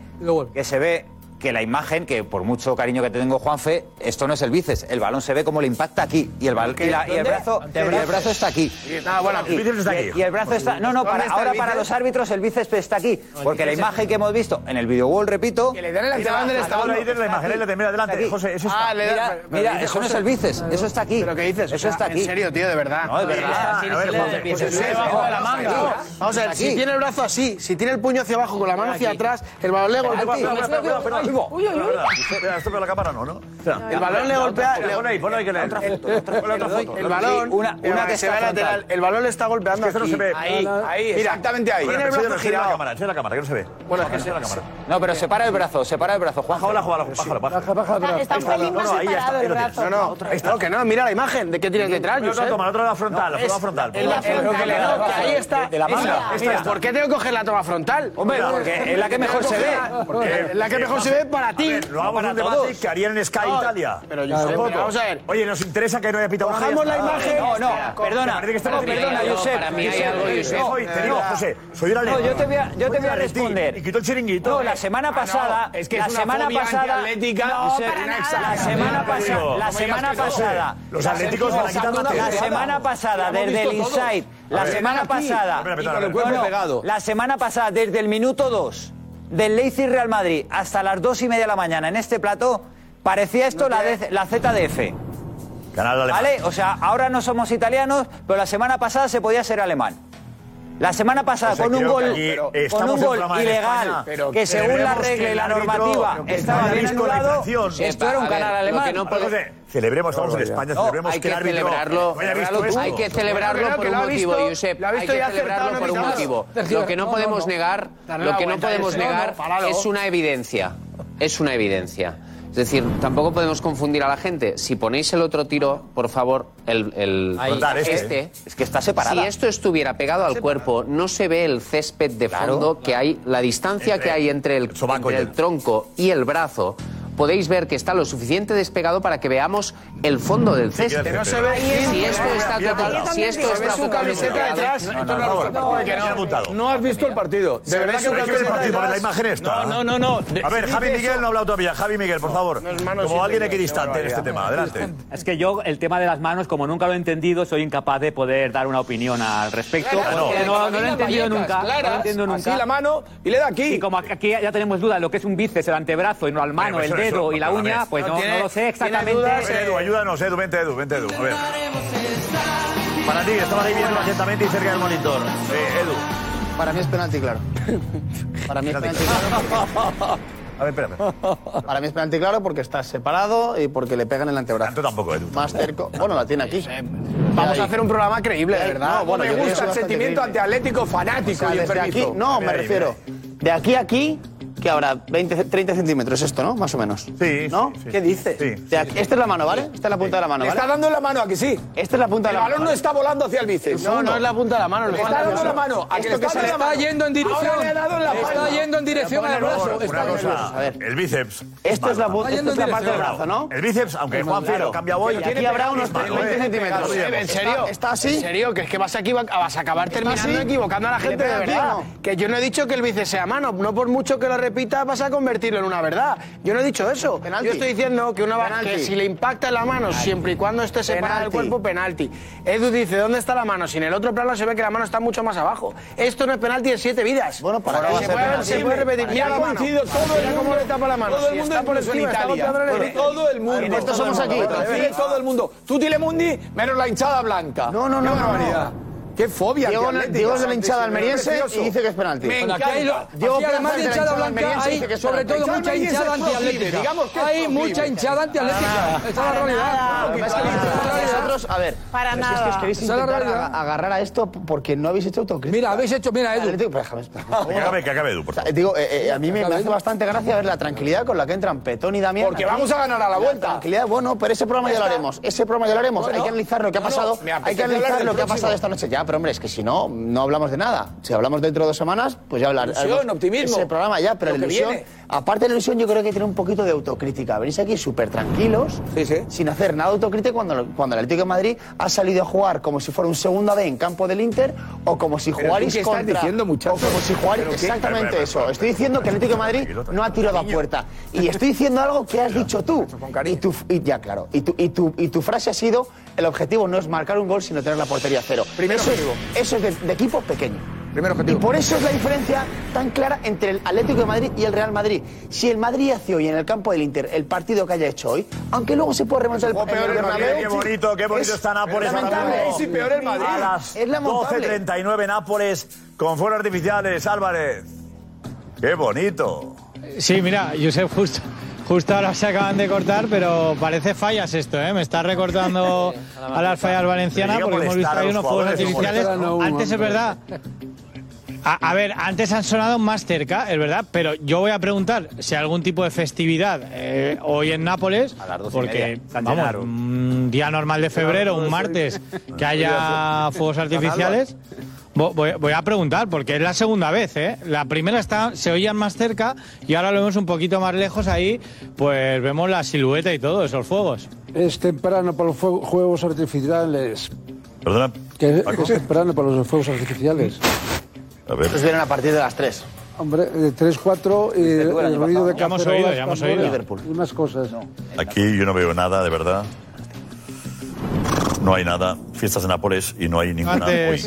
F: que se ve que la imagen, que por mucho cariño que te tengo, Juanfe, esto no es el bíceps. El balón se ve como le impacta aquí. Y el, bal- y la- y el
I: ¿Dónde?
F: brazo, y
I: ¿Dónde?
F: el brazo está aquí.
I: Ah, bueno, el bíceps está aquí.
F: Y, y el brazo está. No, no,
I: ¿Dónde
F: para,
I: está el
F: ahora para
I: bíceps?
F: los árbitros el bíceps está aquí. Porque la
I: bíceps-
F: imagen que hemos visto en el video wall, repito.
I: Que le den el antebrazo del estado.
F: Ahora, ahí
A: tienes la imagen, ahí la tenés, mira, adelante,
F: Está aquí.
A: José, eso está.
F: Ah, le da-
A: Mira,
F: pero- pero
A: mira,
F: dice
A: eso no es
F: José.
A: el bíceps, eso
F: está aquí.
N: ¿Pero qué dices?
F: Eso
N: O sea,
F: está aquí.
N: En serio, tío, de verdad.
F: No, de verdad.
N: Sí,
F: A ver,
N: sí,
F: Juanfe,
N: sí,
F: pues
N: sí,
F: el bíceps
N: sí, sí,
F: debajo
N: sí,
F: de la
N: sí,
F: manga.
N: sí.
F: Ahora.
N: Vamos a ver,
F: Aquí.
N: si tiene el brazo así, si tiene el puño hacia abajo con la mano hacia atrás, el balón le
A: Espera,
N: golpea.
A: espera, espera, espera, espera, espera.
N: Uy, uy, uy.
A: Espera, espera, Esto pero la cámara no, ¿no? Espera.
N: El balón le golpea. le-
A: Pon ahí, pon ahí que le
N: Otra foto,
A: otra foto, otra foto.
N: El balón,
F: una-
N: pero
F: una
N: que
F: que
N: se
F: está
N: ve lateral.
F: frontal.
N: El balón le está golpeando.
A: Es que eso no
N: aquí.
A: se ve.
N: Ahí, ahí,
C: Mira,
N: exactamente ahí.
A: Bueno,
N: Tiene el
A: enséñalo,
N: brazo
A: enséñalo a la
N: girado.
A: cámara, enséñalo a la cámara, que no se ve.
N: Bueno, es que
A: Enséñalo a la cámara.
F: No, pero separa el brazo, separa el brazo, Juanjo.
A: Bájala, bájala, bájala, bájala.
E: Baja,
B: Está, está un pelín más
A: No, no, ahí ya está,
B: separado
A: ahí
B: el
A: lo tienes.
B: brazo.
N: No, no, está, que no, mira la imagen de qué tienes detrás,
A: Pero otra
N: Josep.
A: toma, la otra la frontal, la
N: es-
A: toma frontal.
N: el-
A: Por
N: el-
A: favor.
N: que le da- que ahí está.
F: de la
N: esta-
F: manga.
N: esta- ¿Por qué tengo que coger la toma frontal?
F: Hombre, porque es la que mejor se ve.
N: Porque es la que mejor se ve para ti.
A: A ver, Lo hago
N: para
A: un debate
N: todos.
A: que harían en Sky
N: No,
A: Italia.
N: pero yo sé,
A: Tampoco.
N: pero vamos a ver.
A: Oye, nos interesa que no haya pitado nada.
N: Bajamos la
A: Ah,
N: imagen.
F: No, no,
N: Espera,
F: perdona.
A: parece que estamos
F: no,
A: peleando,
F: perdona, Josep.
J: para mí hay
F: Josep,
J: algo, Josep.
F: no,
A: Soy- te digo, José, soy una
F: No,
A: lengua.
F: yo te voy a, yo te voy a responder.
A: Y quitó el chiringuito.
F: No, la
A: Ah,
F: semana pasada,
I: es que
F: la
I: es una
F: semana
I: fobia
F: pasada,
I: antiatlética,
F: no,
I: Josep,
F: para
I: una
F: nada. la
I: exageración.
F: semana
A: Pero,
F: pasada,
A: no
F: la
A: me
F: semana
A: digas que no.
F: pasada,
A: Los
F: la
A: atléticos
F: semana-
A: van a quitar
F: la
A: una
F: semana
A: temporada.
F: pasada,
C: Lo hemos
F: desde el
C: visto todos.
F: Inside, la
A: ver,
F: semana
C: aquí,
F: pasada,
A: espera, espera,
F: y con
A: espera,
F: el cuerpo
A: espera.
F: pegado. la semana pasada, desde el minuto 2 del Leipzig Real Madrid hasta las 2 y media de la mañana en este plato, parecía esto la, de- la ZDF.
A: Canal alemán.
F: ¿Vale? O sea, ahora no somos italianos, pero la semana pasada se podía ser alemán. La semana pasada,
A: José,
F: con un
A: creo que
F: gol,
A: aquí
F: pero- con
A: estamos
F: un
A: en
F: gol
A: programa en
F: ilegal,
A: España, pero
F: que
A: que
F: según la
A: veremos
F: regla
A: que
F: y la
A: el árbitro-
F: normativa
A: que
F: estaba
A: haya
F: bien
A: visto la
F: anulado,
A: infracción.
F: esto era un
J: A ver,
F: canal
J: lo
F: alemán.
J: que no
A: Bueno, José, celebremos, estamos en España,
F: No,
A: celebremos
J: hay
A: que
J: que
A: el árbitro
J: celebrarlo,
A: no haya visto
J: celebrarlo tú.
A: esto.
J: hay que celebrarlo
N: Bueno, que
J: por
N: lo
J: un
N: ha
J: motivo,
N: visto,
J: Josep.
N: lo ha
J: Hay
N: visto
J: que
N: y ha acertado,
J: celebrarlo
N: no
J: por un
N: mirarlo.
J: motivo.
D: Tergiver-
J: Lo que no
D: no, no,
J: podemos
D: no.
J: negar,
N: Darle
J: lo
N: la
J: que no
N: vuelta
J: podemos
N: ese. No,
J: negar
N: no, páralo.
J: es una evidencia. Es una evidencia. Es decir, tampoco podemos confundir a la gente. Si ponéis el otro tiro, por favor, el, el-
F: Ahí,
A: Frontal, este.
J: este
F: Es que está separada.
J: si esto estuviera pegado al cuerpo, no se ve el césped de fondo que hay, la distancia
A: Entre
J: que hay entre el,
A: el sobaco y
J: entre el
A: el-
J: tronco y el brazo. Podéis ver que está lo suficiente despegado para que veamos el fondo del
A: que
J: césped.
A: no se
N: ve.
J: Si esto está
A: Mira, mira,
J: total,
A: mira,
J: si esto
N: Se ve
J: está
N: su
J: totalmente
N: camiseta
J: pegado-
N: detrás.
A: No, no, no, no, no, que no. apuntado.
C: No has visto el partido.
N: Se ve su
A: Pero hay que ver el
N: camiseta
A: partido para ver la
N: detrás.
A: imagen esta.
I: No, no, no, no.
A: A ver,
I: Si
A: Javi
I: dice
A: Miguel
I: eso-
A: no ha hablado todavía. Javi Miguel, por favor.
N: no es mano
A: Como
N: sin
A: alguien
N: dedo,
A: aquí
N: qué
A: distante en este tema. Adelante.
O: Es que yo el tema de las manos, como nunca lo he entendido, soy incapaz de poder dar una opinión al respecto.
C: Claro,
O: porque
F: pues,
A: no.
O: no, no lo he entendido nunca.
C: Claras,
O: no lo entiendo nunca.
C: Así la mano y le da aquí.
O: Y como aquí ya tenemos duda de lo que es un bíceps, el antebrazo, y no al mano,
A: Bueno, eso,
O: el dedo
A: eso,
O: y la
A: otra
O: uña,
A: vez.
O: pues
N: No,
O: no,
N: tiene-
O: no lo sé
N: tiene
O: exactamente.
N: dudas,
A: Ven,
P: eh.
A: Edu, ayúdanos, Edu, vente, Edu, vente, Edu. A ver. Para ti, que estabas ahí viendo atentamente y cerca del monitor. Sí, Edu.
P: Para mí es penalti, claro. Para mí es penalti claro.
A: A ver, espérame.
P: Para mí es penalti claro porque está separado y porque le pegan el antebrazo.
A: Tanto tampoco, Edu.
P: Más cerco. Bueno, la tiene aquí.
N: Vamos
P: Ahí.
N: a hacer un programa creíble, de verdad.
P: No, bueno,
C: me
P: yo creo que es
C: gusta el
P: bastante
C: sentimiento
P: creíble.
C: antiatlético
P: O
C: fanático
P: sea,
C: y
P: desde aquí,
C: enfermizo.
P: no,
A: Mira
P: me
A: ahí,
P: refiero. De aquí a aquí, que habrá 20, 30 centímetros esto, ¿no? Más o menos.
A: Sí,
P: ¿No?
A: sí, sí.
P: ¿Qué dices?
A: Sí,
P: De aquí- Esta es la mano, ¿vale? Esta es la punta de la mano,
C: Le está
P: ¿vale?
C: dando la mano aquí, sí.
P: Esta es la punta de
C: El
P: la mano.
C: balón no está volando hacia el bíceps.
P: No, no es la punta de la mano.
C: Le
P: Alejandro.
C: está dando la mano. A que le
P: Esto que
C: está
P: se le
C: dando la mano.
P: está yendo en
C: Ahora le ha dado en la palma.
D: Está yendo en dirección al brazo.
A: Bueno,
D: Está
A: una
D: yendo-
A: cosa,
P: a ver.
A: el bíceps.
P: Esto es la, bu- esta
D: yendo
P: es la
D: en
P: parte del
D: dirección.
P: brazo, ¿no?
A: El bíceps, aunque Juan Fierro cambia hoy,
P: Y aquí habrá unos
A: es malo,
P: 20
A: ¿eh?
P: centímetros.
A: Josep,
N: Josep, ¿En serio?
P: Está- está así.
N: ¿En serio? Que es que vas a, equivo- vas a acabar terminando
P: así.
N: equivocando a la
P: Le
N: gente de
P: pega aquí,
N: verdad.
P: ¿no?
N: Que yo no he dicho que el bíceps sea mano. No por mucho que lo repita vas a convertirlo en una verdad. Yo no he dicho eso.
P: Penalti.
N: Yo estoy diciendo que una va-
P: Penalti.
N: que si le impacta en la mano, siempre y cuando esté separada del
P: Penalti.
N: cuerpo, penalti. Edu dice, ¿dónde está la mano? Si en el otro plano se ve que la mano está mucho más abajo. Esto no es penalti de siete vidas.
P: Bueno, para
N: Ahora
P: mí
N: se,
P: va a ser
N: puede, se
P: penalti.
N: puede repetir.
P: Para
N: Mira
P: mí
N: la
P: va a
N: mano.
P: ser
C: todo el
N: Mira cómo
C: mundo-
N: le tapa la mano.
C: Todo el
N: Si
C: mundo
N: está
C: en
N: por
C: presión
N: encima, está
C: Italia.
N: golpeando en el-
C: Todo el mundo.
N: En esto somos aquí.
C: Todo el mundo. Tú, Mundi, menos la hinchada blanca.
P: No, no, no, no,
C: Qué
P: no.
C: barbaridad. Qué fobia.
P: Diego,
C: qué atlética.
P: Diego es de la hinchada almeriense
C: Precioso.
P: y dice que es penalti.
C: Me
P: Bueno, aquí hay
C: encanta.
P: lo- Diego
C: Aquí,
P: Plaza
C: además
P: es
C: de
P: de la
C: hinchada
P: hinchada
C: blanca,
P: almeriense,
C: hay
P: dice que es
C: sobre
P: penalti.
C: todo
P: Hinchada
C: mucha
P: almeriense
C: hinchada
P: es proclive,
C: antiatlética.
P: digamos que es
C: Hay
P: proclive.
C: mucha hinchada antiatlética. Esa es la realidad.
P: Lo que pasa es que vosotros, a ver,
C: Para
P: pero si
C: nada.
P: es que os queréis
C: Esa es la
P: intentar
C: realidad.
P: aga- agarrar a esto porque no habéis hecho autocrítica.
C: Mira, habéis hecho, mira, Edu.
P: Atlético, pero déjame, espera.
A: Que acabe, que acabe Edu, por
P: O sea,
A: favor.
P: digo, eh, eh, a mí me, me hace bastante gracia ver la tranquilidad con la que entran Petón y Damián.
C: Porque
P: aquí.
C: vamos a ganar a la vuelta.
P: Tranquilidad, bueno, pero ese programa
C: Ya
P: ya lo
C: está.
P: haremos. Ese programa ya lo haremos.
C: Bueno,
P: hay que analizar lo que ha
C: no, no,
P: pasado.
C: me
P: hay
C: apetece
P: que
C: hablar
P: analizar
C: del
P: lo que ha
C: próximo.
P: pasado esta noche. Ya, pero hombre, es que si no, no hablamos de nada. Si hablamos dentro de dos semanas, pues ya hablar-
C: Ilusión,
P: hablaremos.
C: optimismo.
P: Ese programa ya, pero
C: Lo
P: la
C: que
P: ilusión.
C: viene.
P: Aparte de la ilusión, yo creo que tiene un poquito de autocrítica. Venís aquí súper tranquilos, sin hacer nada de autocrítica cuando, lo- cuando el Atlético de Madrid ha salido a jugar como si fuera un segunda B en campo del Inter o como si
C: Pero
P: jugarais
C: tú qué estás
P: contra.
C: diciendo, muchacho.
P: o como si jugarais
C: Pero qué-
P: exactamente
C: Pero, pero,
P: eso. Estoy diciendo que el Atlético de Madrid no ha tirado a puerta. Y estoy diciendo algo que has dicho tú. Y tu, y- ya, claro. Y tu, y, tu, y tu frase ha sido: el objetivo no es marcar un gol, sino tener la portería a cero.
C: Primer
P: eso, es,
C: objetivo.
P: eso es de, de equipo pequeño.
C: Primero objetivo.
P: Y por eso es la diferencia tan clara entre el Atlético de Madrid y el Real Madrid. Si el Madrid hace hoy en el campo del Inter el partido que haya hecho hoy, aunque luego se puede remontar el,
A: Jugó Oh, peor
P: en
A: el Madrid,
P: Bernabéu,
A: qué bonito, qué bonito
P: es
A: está Nápoles. ahora
P: lamentable.
A: mismo.
P: Sí, peor el Madrid.
A: A las
P: Es lamentable.
A: 12.39 Nápoles con fuegos artificiales, Álvarez. Qué bonito.
H: Sí, mira, Josep, justo, justo ahora se acaban de cortar, pero parece fallas esto, ¿eh? Me está recortando a las fallas valencianas
A: Llega a
H: porque hemos visto
A: molestar a
H: ahí
A: los
H: unos fuegos
A: jugadores,
H: artificiales.
A: molestar a uno,
H: Antes es
A: hombre.
H: verdad. A, a ver, antes han sonado más cerca, es verdad, pero yo voy a preguntar si hay algún tipo de festividad eh, hoy en Nápoles,
O: doce y
H: porque
O: media, San
H: vamos, mm.
O: Gennaro.
H: un día normal de febrero, un martes, que haya fuegos artificiales. Vo- Voy, voy a preguntar, porque es la segunda vez, ¿eh? La primera está, se oían más cerca y ahora lo vemos un poquito más lejos ahí, pues vemos la silueta y todo, de esos fuegos.
E: Es temprano para los fuego- juegos artificiales.
A: Perdona.
E: Que que es temprano para los fuegos artificiales.
A: A ver.
P: Nos vienen a partir de las 3.
E: Hombre, de 3-4 y el,
P: el año
E: ruido
P: pasado,
E: de
P: ¿no? Ya hemos
E: cacerolas,
P: oído, ya hemos
E: tambores,
P: oído. Liverpool.
E: y Unas cosas.
A: Aquí yo no veo nada, de verdad. No hay nada. Fiestas en Nápoles y no hay ninguna hoy.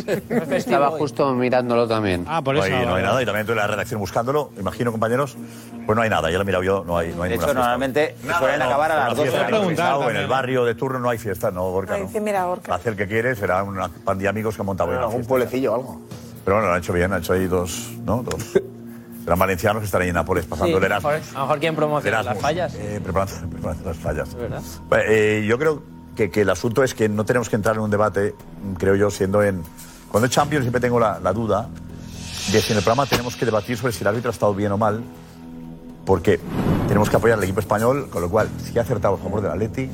J: Estaba justo mirándolo también.
H: Ah,
A: no hay, pues, no hay nada. Y también estoy en la redacción buscándolo. Imagino, compañeros. Pues no hay nada. Ya lo he mirado yo. No hay, no hay
F: De hecho,
A: ninguna fiesta.
F: normalmente
A: Nada,
F: suelen acabar a
A: una
F: las 12 de
A: fiesta
F: la
A: en el
F: noche.
A: Estado, En
F: También.
A: el barrio de turno no hay fiesta, no, Gorka. No.
G: Dice, mira, Gorka.
A: Hacer que quieres, será una pandilla de amigos que han montado una
P: Algún
A: fiesta.
P: pueblecillo o algo.
A: Pero bueno, lo han hecho bien. Han hecho ahí dos, ¿no? Dos. Serán valencianos que están ahí en Nápoles pasando el
Q: Sí,
A: Erasmus.
Q: A lo mejor quieren promocionar las
A: Erasmus.
Q: fallas.
A: Eh, preparando, preparando las fallas.
Q: ¿Verdad?
A: Bueno, eh, yo creo que, que el asunto es que no tenemos que entrar en un debate, creo yo, siendo en. Cuando es Champions siempre tengo la, la duda de si en el programa tenemos que debatir sobre si el árbitro ha estado bien o mal, porque tenemos que apoyar al equipo español, con lo cual, si ha acertado a favor del Atleti,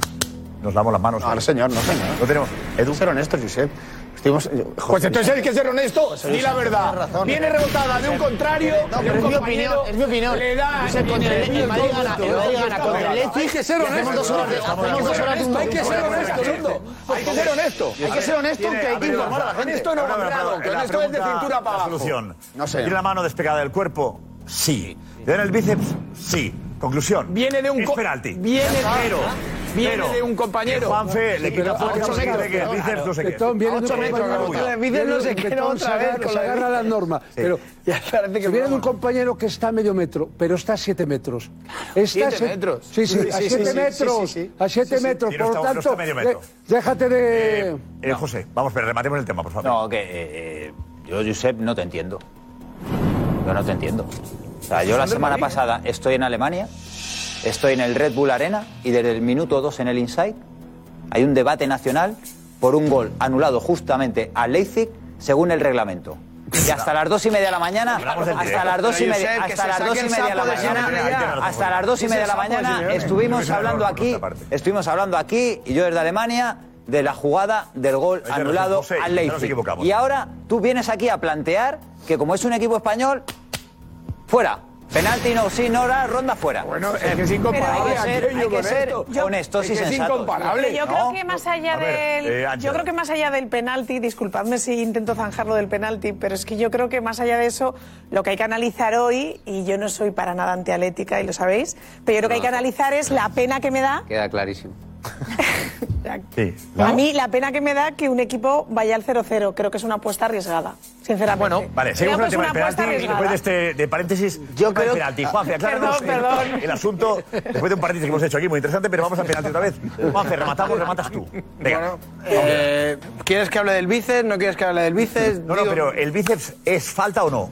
A: nos damos las manos.
P: No, no, señor, no, señor.
A: No tenemos. Edu.
P: Ser honesto, Josep. Estuvimos. eh,
A: Pues entonces
P: hay que ser honesto
C: di la verdad. Viene rebotada de un contrario,
P: No,
C: de
P: pero es
C: un
P: mi
C: compañero,
P: opinión. Es mi opinión.
C: le da
P: Josep, contra el,
C: y le
P: el Madrid
C: da
P: gana.
C: todo.
P: El Madrid gana
C: Está
P: contra el
C: claro.
P: Leti.
C: Hay que ser
P: y Hacemos
C: honesto.
P: dos horas de.
C: Estamos
P: Hacemos
C: de
P: dos horas de un
C: acuerdo. Hay que ser honesto, Lundo. Hay que ser honesto.
P: Hay que ser honesto, que hay que informar a la gente.
C: Esto no
A: Ahora
C: va
A: me
C: bravo,
A: pregunta-
C: con
A: la
C: esto es de
A: pregunta,
C: cintura para
A: la
C: abajo.
A: solución.
C: No sé.
A: ¿Tiene la mano despegada del cuerpo? Sí. ¿Tiene el bíceps? Sí. Conclusión. Viene de un. Es penalti.
C: viene de-
A: pero.
C: viene
A: pero
C: de un compañero.
A: que Juanfe le
C: Sí,
A: quita
C: pero
E: Ah,
C: a
A: fuerza
C: ocho
A: no sé qué, que
C: metros,
A: el
C: pero
A: bíceps
C: claro.
A: no sé qué.
E: Petón viene
A: A
E: de
A: ocho
E: un
A: metros,
E: compañero.
A: Raúl.
E: Viene de- Petón se agarra- Se agarra la norma. Pero se viene de un compañero que está a medio metro, pero está a siete metros. Está a
C: ¿Siete
E: siete-
C: metros?
E: Sí, sí,
C: Sí,
E: a
C: sí, sí,
E: siete
C: sí,
E: metros.
C: sí, sí, sí.
E: A siete
C: Sí, sí.
E: metros.
A: Sí, no
E: Por
A: está-
E: lo
A: no está
E: tanto,
A: a medio metro.
E: le- déjate de.
A: Eh, José, vamos, pero rematemos el tema, por favor.
F: No, que eh, eh, yo, Josep, no te entiendo. Yo no te entiendo. O sea, yo la semana pasada estoy en Alemania, estoy en el Red Bull Arena y desde el minuto 2 en el Inside hay un debate nacional por un gol anulado justamente a Leipzig según el reglamento. Y hasta las dos y media de la mañana,
P: Hablamos del
F: hasta
P: directo.
F: las dos y
P: Pero,
F: media,
P: Josep, que
F: hasta
P: se
F: las
P: saque
F: dos y
P: el
F: media de la
P: sapo de
F: mañana,
P: Simeone.
F: hasta las dos y
P: Es
F: media de
P: el
F: la
P: sapo de
F: mañana
P: Simeone.
F: estuvimos
P: Es un error
F: hablando
P: por
F: aquí,
P: nuestra parte.
F: estuvimos hablando aquí y yo desde Alemania de la jugada del gol
A: Hay que
F: anulado
A: reconocer,
F: al
A: ya nos
F: Leipzig.
A: equivocamos.
F: Y ahora tú vienes aquí a plantear que como es un equipo español, fuera. Penalti no, sí, no, la ronda fuera. Bueno,
C: es que es incomparable
F: Hay que ser,
C: aquello
F: hay que
C: con
F: ser
C: esto.
F: honestos
C: Es
F: y
C: que es
F: sensatos.
C: incomparable.
G: Yo creo que más allá
F: A ver,
G: del
F: eh, Ángela.
G: yo creo que más allá del penalti, disculpadme si intento zanjarlo del penalti, pero es que yo creo que más allá de eso lo que hay que analizar hoy y yo no soy para nada antialética y lo sabéis, pero yo lo que hay que analizar es la pena que me da
J: Queda clarísimo.
G: Irak.
A: Sí.
G: A mí la pena que me da que un equipo vaya al 0-0, creo que es una apuesta arriesgada, sinceramente. Bueno,
A: Vale, seguimos con el tema del penalti y después de este de paréntesis, yo
G: creo-
A: penalti. Juanfe,
G: Ah,
A: acláranos
G: perdón,
A: el-
G: perdón.
A: El, asunto después de un paréntesis que hemos hecho aquí muy interesante, pero vamos al penalti otra vez. Juanfe, rematamos, rematas tú. Venga.
N: Eh, ¿Quieres que hable del bíceps? ¿No quieres que hable del bíceps? No, no, pero
A: ¿el bíceps es falta o no?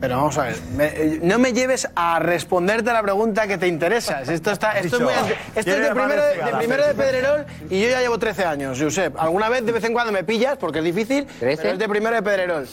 N: Pero vamos a ver, me- eh, no me lleves a responderte la pregunta que te interesa. Esto, está, esto es, muy ante- esto es
A: Quiere
N: de,
A: llamar
N: primero, de
A: investigada.
N: primero de Pedrerol y yo ya llevo 13 años, Josep. Alguna vez de vez en cuando me pillas porque es difícil, pero es de primero de Pedrerol.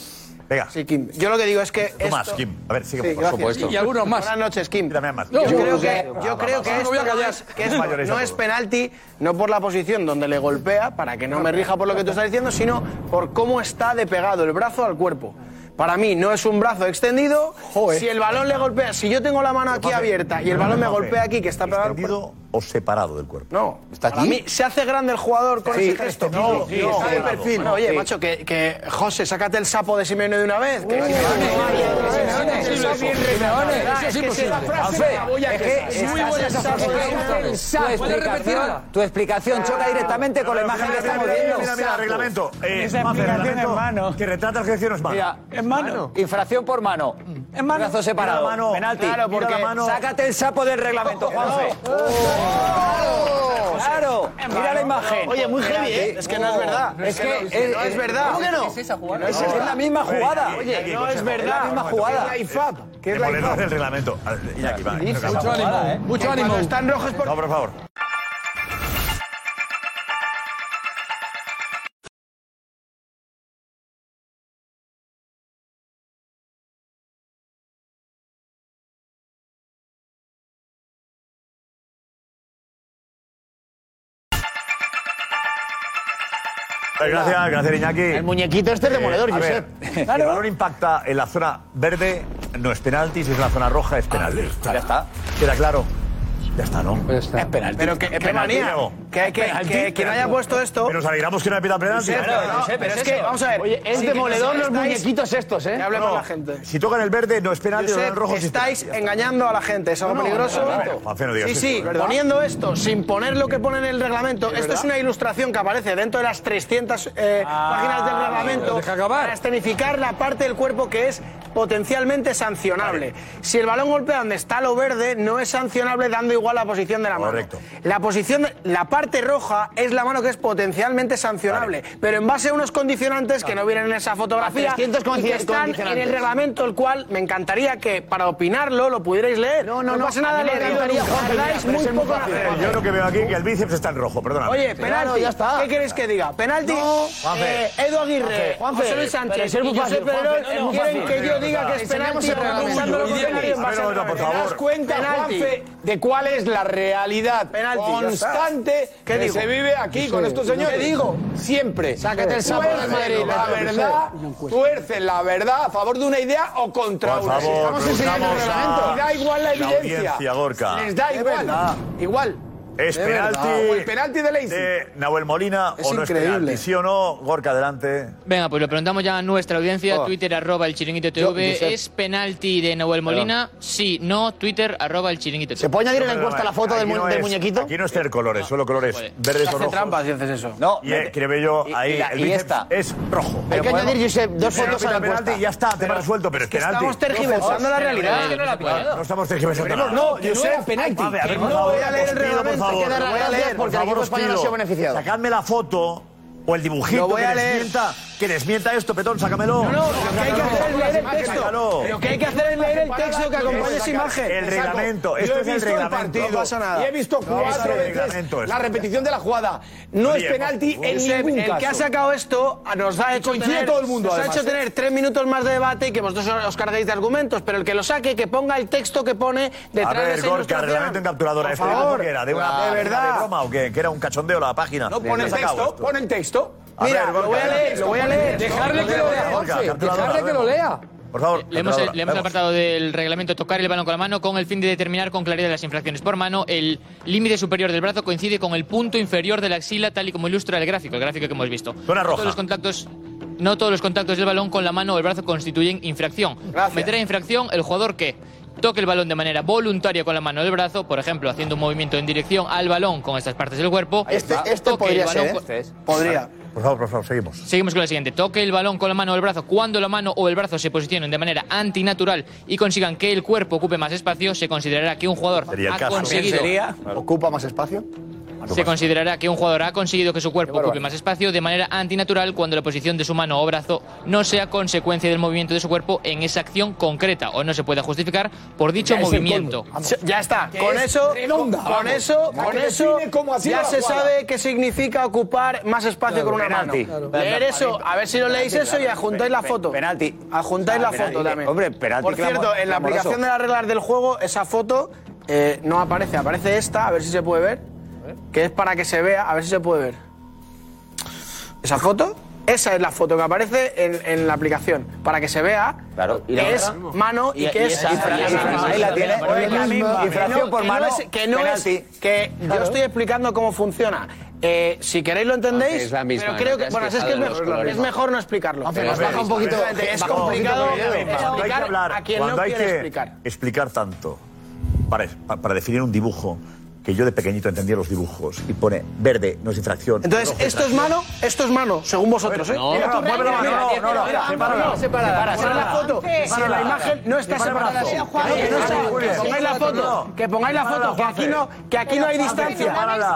A: Venga.
N: Sí, Kim. Yo lo que digo es que.
A: Tú más, Kim. A ver, sigue,
N: Sí,
A: por
N: gracias.
A: supuesto.
N: Y algunos más. Buenas noches, Kim. Yo,
A: Yo
N: creo
A: creo
N: que,
A: que- va,
N: yo creo
A: va,
N: que
A: va.
N: esto
A: Me voy a
N: no
A: callar.
N: es, que esto
A: Mayores a
N: no es
A: todos.
N: penalti, no por la posición donde le golpea, para que no me rija por lo que tú estás diciendo, sino por cómo está de pegado el brazo al cuerpo. Para mí no es un brazo extendido. Si el balón le golpea, si yo tengo la mano aquí abierta y el balón me golpea aquí, que está pegado al cuerpo.
A: ¿O separado del cuerpo?
N: No.
A: ¿Está
N: Para mí se hace grande el jugador con
A: Sí,
N: ese gesto.
A: extendido,
N: No,
A: sí,
N: no.
A: está
N: Sale el
A: parado.
N: perfil.
A: Bueno,
N: Oye,
A: sí.
N: macho, que, que José, sácate el sapo de Simeone de una vez. que-
F: Tu explicación choca directamente con la imagen que estamos viendo.
A: Mira, mira, reglamento. Eh,
F: Esa
A: Juanfe,
F: explicación
A: reglamento
F: es mano.
A: Que retrata las elecciones mano.
F: Mira, en mano. Infracción por mano. En mano. Brazo separado.
A: Mira la mano.
F: Penalti.
A: Claro,
F: Mira
A: porque-
F: la mano. Sácate el sapo del reglamento, Juanfe. Claro. Mira la imagen.
N: Oye, muy heavy, ¿eh? Es que no es verdad.
F: Es que
N: no es- no es verdad.
F: ¿Cómo que no?
N: Es esa jugada.
F: Que no Es es la misma jugada.
N: Oye, no es
F: Es la
N: verdad.
F: misma jugada.
N: Es la IFAB. ¿Qué es la
A: Demoledor
N: IFAB?
A: del reglamento. A ver, Iñaki, va,
N: Dice,
A: toca.
N: mucho ánimo,
A: Jugada, ¿eh?
N: mucho Cuando ánimo. están rojos por-
A: No, por favor. Gracias, gracias Iñaki. El
P: muñequito este es demoledor,
A: a ver,
P: Josep.
A: si El valor impacta en la zona verde, no es penalti, si es en la zona roja es penalti. Ya está. Queda claro. Ya está, ¿no? Es penalti.
N: Pero que- qué manía. Que- que- que quien haya puesto esto.
A: Pero nos alegramos que no haya pitado penalti.
N: Josep,
A: Claro,
N: no,
A: no.
N: pero es que, vamos a ver.
P: Oye, es
N: sí que
P: demoledor
N: estáis-
P: los muñequitos estos, ¿eh?
N: Que hable con
P: No.
N: la gente.
A: Si tocan el verde, no es penalti,
N: Josep,
A: tocan el rojo sí es
N: estáis
A: penalti.
N: engañando a la gente, es algo
A: No, no,
N: peligroso.
A: no, no, no, Juanfe, no digas
N: sí,
A: eso,
N: sí,
A: es verdad.
N: poniendo esto, sin poner lo que pone en el reglamento, esto
A: verdad?
N: es una ilustración que aparece dentro de las 300 eh, páginas del reglamento para escenificar la parte del cuerpo que es potencialmente sancionable. Si el balón golpea donde está lo verde, no es sancionable dando igual la posición de la mano.
A: Correcto.
N: La posición, de- la parte roja es la mano que es potencialmente sancionable, pero en base a unos condicionantes que no vienen en esa fotografía
P: A 300
N: y que están en el
P: condicionantes.
N: reglamento, el cual me encantaría que para opinarlo lo pudierais leer. No, no, pasa nada,
P: a mí
N: le
P: me encantaría, Juan,
N: tardáis
P: pero
N: muy
P: es muy
N: poco en
P: fácil.
N: hacerlo.
A: Yo lo que veo aquí es que el bíceps está en rojo, perdóname.
N: Oye, penalti, ¿qué queréis que diga? Penalti,
A: No. Juanfe.
N: eh, Edu Aguirre,
P: Juanfe,
N: José Luis
P: pero
N: Sánchez
P: es muy
N: y José
P: fácil,
N: Pedrerol
P: Juanfe, no, no,
N: quieren
P: fácil.
N: que yo diga que es
P: Enseñamos
N: penalti
P: el
N: porque
P: reglamento.
N: pensando lo
P: Y
N: contrario
P: diez.
N: en base
P: A ver,
N: al
P: otra, por
N: reglamento.
P: favor.
N: ¿Te das cuenta,
P: Penalti.
N: Juanfe,
C: de cuál es la realidad
N: Penalti, ya está.
C: constante
N: ¿Qué
C: que
N: digo?
C: se vive aquí
N: Sí,
C: con estos
N: no
C: señores.
N: te digo.
C: Siempre.
N: Sácate el sapo de
C: Tuerce
N: Madrid, no,
C: la
N: no,
C: verdad,
N: no, no, no.
C: tuerce la verdad a favor de una idea o contra
A: Por
C: una.
A: favor,
C: Estamos enseñando el
A: preguntamos a
C: reglamento. Y da igual la
A: la
C: evidencia.
A: audiencia, Gorka.
C: Les da
A: Es
C: igual.
A: verdad.
C: Igual.
A: ¿Es
C: De
A: penalti?
C: verdad. O el penalti de Leipzig.
A: de Nahuel Molina
C: Es
A: o no
C: increíble.
A: es penalti? ¿Sí o no? Gorka, adelante.
Q: Venga, pues lo preguntamos ya a nuestra audiencia,
A: Oh.
Q: Twitter arroba el chiringuito
A: Yo,
Q: TV.
A: Josep.
Q: ¿Es penalti de Nahuel Molina? Sí, no, Twitter arroba el chiringuito TV. ¿Se
P: puede añadir
A: Aquí no es- Aquí no es tener colores, solo colores verdes o
N: Hace
A: rojos.
N: trampa si haces eso.
A: No, y el Cribello ahí,
N: y la-
A: el
N: y
A: bíceps
N: esta.
A: es rojo.
P: Hay que añadir, Josep, dos
A: Si no
P: fotos a
A: pita
P: la
A: penalti,
P: encuesta.
A: Ya está, tema
P: Pero
A: resuelto, pero es
P: que
A: penalti.
P: estamos tergiversando la realidad. Es que no la puedo.
A: No estamos tergiversando nada.
P: No,
A: Josep,
P: Josep, penalti.
A: A ver, a ver,
P: Que
A: por
P: no,
A: favor,
P: voy a leer el
A: os pido, por
P: reglamento,
A: favor,
P: que da
A: voy a
P: gracias
A: leer,
P: porque
A: por
P: el equipo
A: favor, os
P: español no se
A: pido.
P: ha beneficiado.
A: Sacadme la foto o el dibujito
N: Lo voy
A: que,
N: a leer.
A: desmienta, que desmienta esto, Petón, sácamelo.
N: No, no, lo que hay que hacer es leer el texto.
A: Sácalo.
N: Lo que hay que hacer es leer el texto que acompaña esa imagen.
A: El reglamento,
C: Yo
N: Este
A: esto
C: he
A: es el
C: visto el
A: reglamento.
C: partido.
N: No pasa nada.
C: Y he
N: No
C: visto
N: pasa
C: cuatro
N: nada.
C: veces
N: Reglamento,
C: la
N: esto.
C: repetición de la jugada. No es
N: Oye,
C: penalti en
N: Josep,
C: ningún
N: El que ha
C: caso.
N: sacado esto a- nos ha hecho
C: coincide
N: tener,
C: todo el mundo,
N: Nos ha
C: además,
N: hecho
C: ¿eh?
N: tener tres minutos más de debate y que vosotros os carguéis de argumentos, pero el que lo saque, que ponga el texto que pone
A: A
N: detrás de
A: ver,
N: esa
A: Gorka,
N: ilustración.
A: reglamento en capturadora.
N: Por
A: ¿Esto
N: favor.
A: que era? ¿De
N: Claro.
A: una
N: de
A: ¿De
N: verdad.
A: broma o qué? ¿Que era un cachondeo la página?
C: No, pon el texto, pon el texto.
A: A ver, Gorka,
C: leer, lo voy a leer.
D: Dejarle que lo lea,
A: Gorka,
D: Jorge.
A: capturadora,
D: Dejarle que lo
A: vemos.
D: lea.
A: Por favor,
C: Eh,
Q: Leemos, el,
A: capturadora,
Q: leemos el
A: vemos.
Q: apartado del reglamento tocar el balón con la mano con el fin de determinar con claridad las infracciones por mano. El límite superior del brazo coincide con el punto inferior de la axila tal y como ilustra el gráfico, el gráfico que hemos visto.
A: Zona
Q: No
A: roja.
Q: todos los contactos no todos los contactos del balón con la mano o el brazo constituyen infracción. Meterá infracción el jugador que toque el balón de manera voluntaria con la mano del brazo, por ejemplo, haciendo un movimiento en dirección al balón con estas partes del cuerpo.
P: Este-
Q: Toque
P: este
Q: el
P: podría
Q: balón
P: ser, ¿eh?
Q: con-
P: Este es.
A: Por favor, por favor, seguimos.
Q: Seguimos con la siguiente. Toque el balón con la mano o el brazo. Cuando la mano o el brazo se posicionen de manera antinatural y consigan que el cuerpo ocupe más espacio, se considerará que un jugador
P: Sería el
Q: ha
P: caso.
Q: conseguido.
P: Sería. ¿Ocupa más espacio?
Q: Se considerará que un jugador ha conseguido que su cuerpo ocupe
P: barbaridad.
Q: más espacio de manera antinatural cuando la posición de su mano o brazo no sea consecuencia del movimiento de su cuerpo en esa acción concreta o no se pueda justificar por dicho
N: Ya es el
Q: movimiento.
N: colmo. Se- Ya está. Con eso, con
Q: vamos.
N: eso,
Q: La
N: con
Q: que
N: eso,
Q: define cómo ha sido
N: ya
Q: la
N: se
Q: jugada.
N: sabe qué significa ocupar más espacio
F: Claro,
N: con una
F: penalti.
N: mano.
F: Claro.
N: Leer eso, a ver si lo
F: Penalti,
N: leéis eso y
F: claro.
N: adjuntáis la
F: Pe-
N: foto.
F: penalti.
N: Adjuntáis
F: Ah,
N: la
F: penalti,
N: foto
F: que-
N: también.
F: hombre, penalti
N: Por
F: clamor-
N: cierto, en la
F: clamoroso.
N: aplicación de las reglas del juego, esa foto eh, no aparece. Aparece esta, a ver si se puede ver. Que es para que se vea, a ver si se puede ver. ¿Esa foto? Esa es la foto que aparece en, en la aplicación. Para que se vea
F: Claro.
N: que es mano y, que es
F: Ahí la tiene.
N: Oye,
F: la misma.
N: que no-
F: Infracción por
N: que no
F: mano.
N: es- que no es
F: penalti.
N: que yo
F: Claro.
N: estoy explicando cómo funciona. Eh, si queréis lo entendéis,
F: Es la misma,
N: pero creo
F: no te
N: que
F: has
N: bueno, es, que
F: fijado
N: es
F: en los
N: mejor-
F: colores.
N: es mejor no explicarlo.
A: Hombre, nos baja un poquito-
N: es
A: baja un poquito
N: complicado
A: el nivel. Cuando hay que
N: explicar
A: hablar,
N: a quien
A: cuando
N: no
A: hay
N: quiere
A: que
N: explicar.
A: explicar tanto para, pa- para definir un dibujo que yo de pequeñito entendía los dibujos y pone verde, no es infracción.
N: Entonces,
A: rojo,
N: esto es
A: infracción.
N: mano, esto es mano, según vosotros, ¿eh?
A: No,
N: Mira,
A: no,
N: tú
A: muévelo
N: mira,
A: más,
N: mira,
A: no, no,
N: mira,
A: no,
N: mira,
A: sepárala, sepárala,
N: mira, separa,
A: sepárala.
N: separa la foto, que en la
A: Sepárala.
N: imagen no está ese
A: Sepárala,
N: brazo.
A: Juan,
N: Que no está-
A: Juan,
N: que pongáis la foto, que pongáis la foto, que aquí no, que aquí no hay
A: Sepárala.
N: distancia.
A: Sepárala.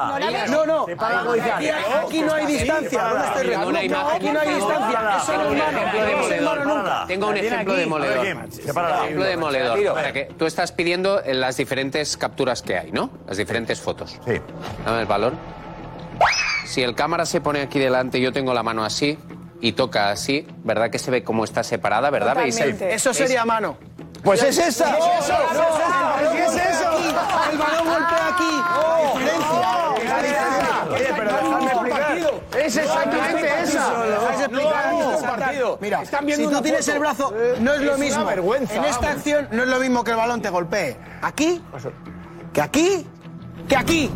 N: No, no,
A: Sepárala,
N: aquí, aquí no hay distancia. ¿Dónde estoy
J: Tengo una
N: No,
J: imagen.
N: aquí no hay distancia. Eso no
J: Tengo
N: es
J: un
N: mano.
J: ejemplo
N: No es
J: demoledor.
N: mano nunca.
J: Tengo un
N: La tiene
J: ejemplo
N: aquí.
J: demoledor.
N: Oye,
J: Un ejemplo demoledor. Para que tú estás pidiendo en las diferentes capturas que hay, ¿no? Las diferentes fotos. Sí. Dame el balón. Si el cámara se pone aquí delante, yo tengo la mano así y toca así, ¿verdad que se ve cómo está separada, verdad? ¿Veis?
N: Totalmente. Eso
J: ¿Veis?
N: sería mano.
J: Pues es
N: ¿Qué
J: esa.
N: es eso?
J: No,
N: ¿Qué es eso? El balón golpea aquí. La diferencia. Oye, pero dejadme explicar.
P: Es exactamente esa.
N: Dejáis explicar.
P: No,
N: antes de
P: no,
N: saltar.
P: partido.
N: Mira,
P: Están viendo
N: si tú
P: una
N: tienes
P: foto.
N: el brazo,
P: Eh,
N: no es lo
P: es una
N: mismo.
P: vergüenza,
N: En esta
P: vamos.
N: acción no es lo mismo que el balón te golpee. Aquí, que aquí, que aquí.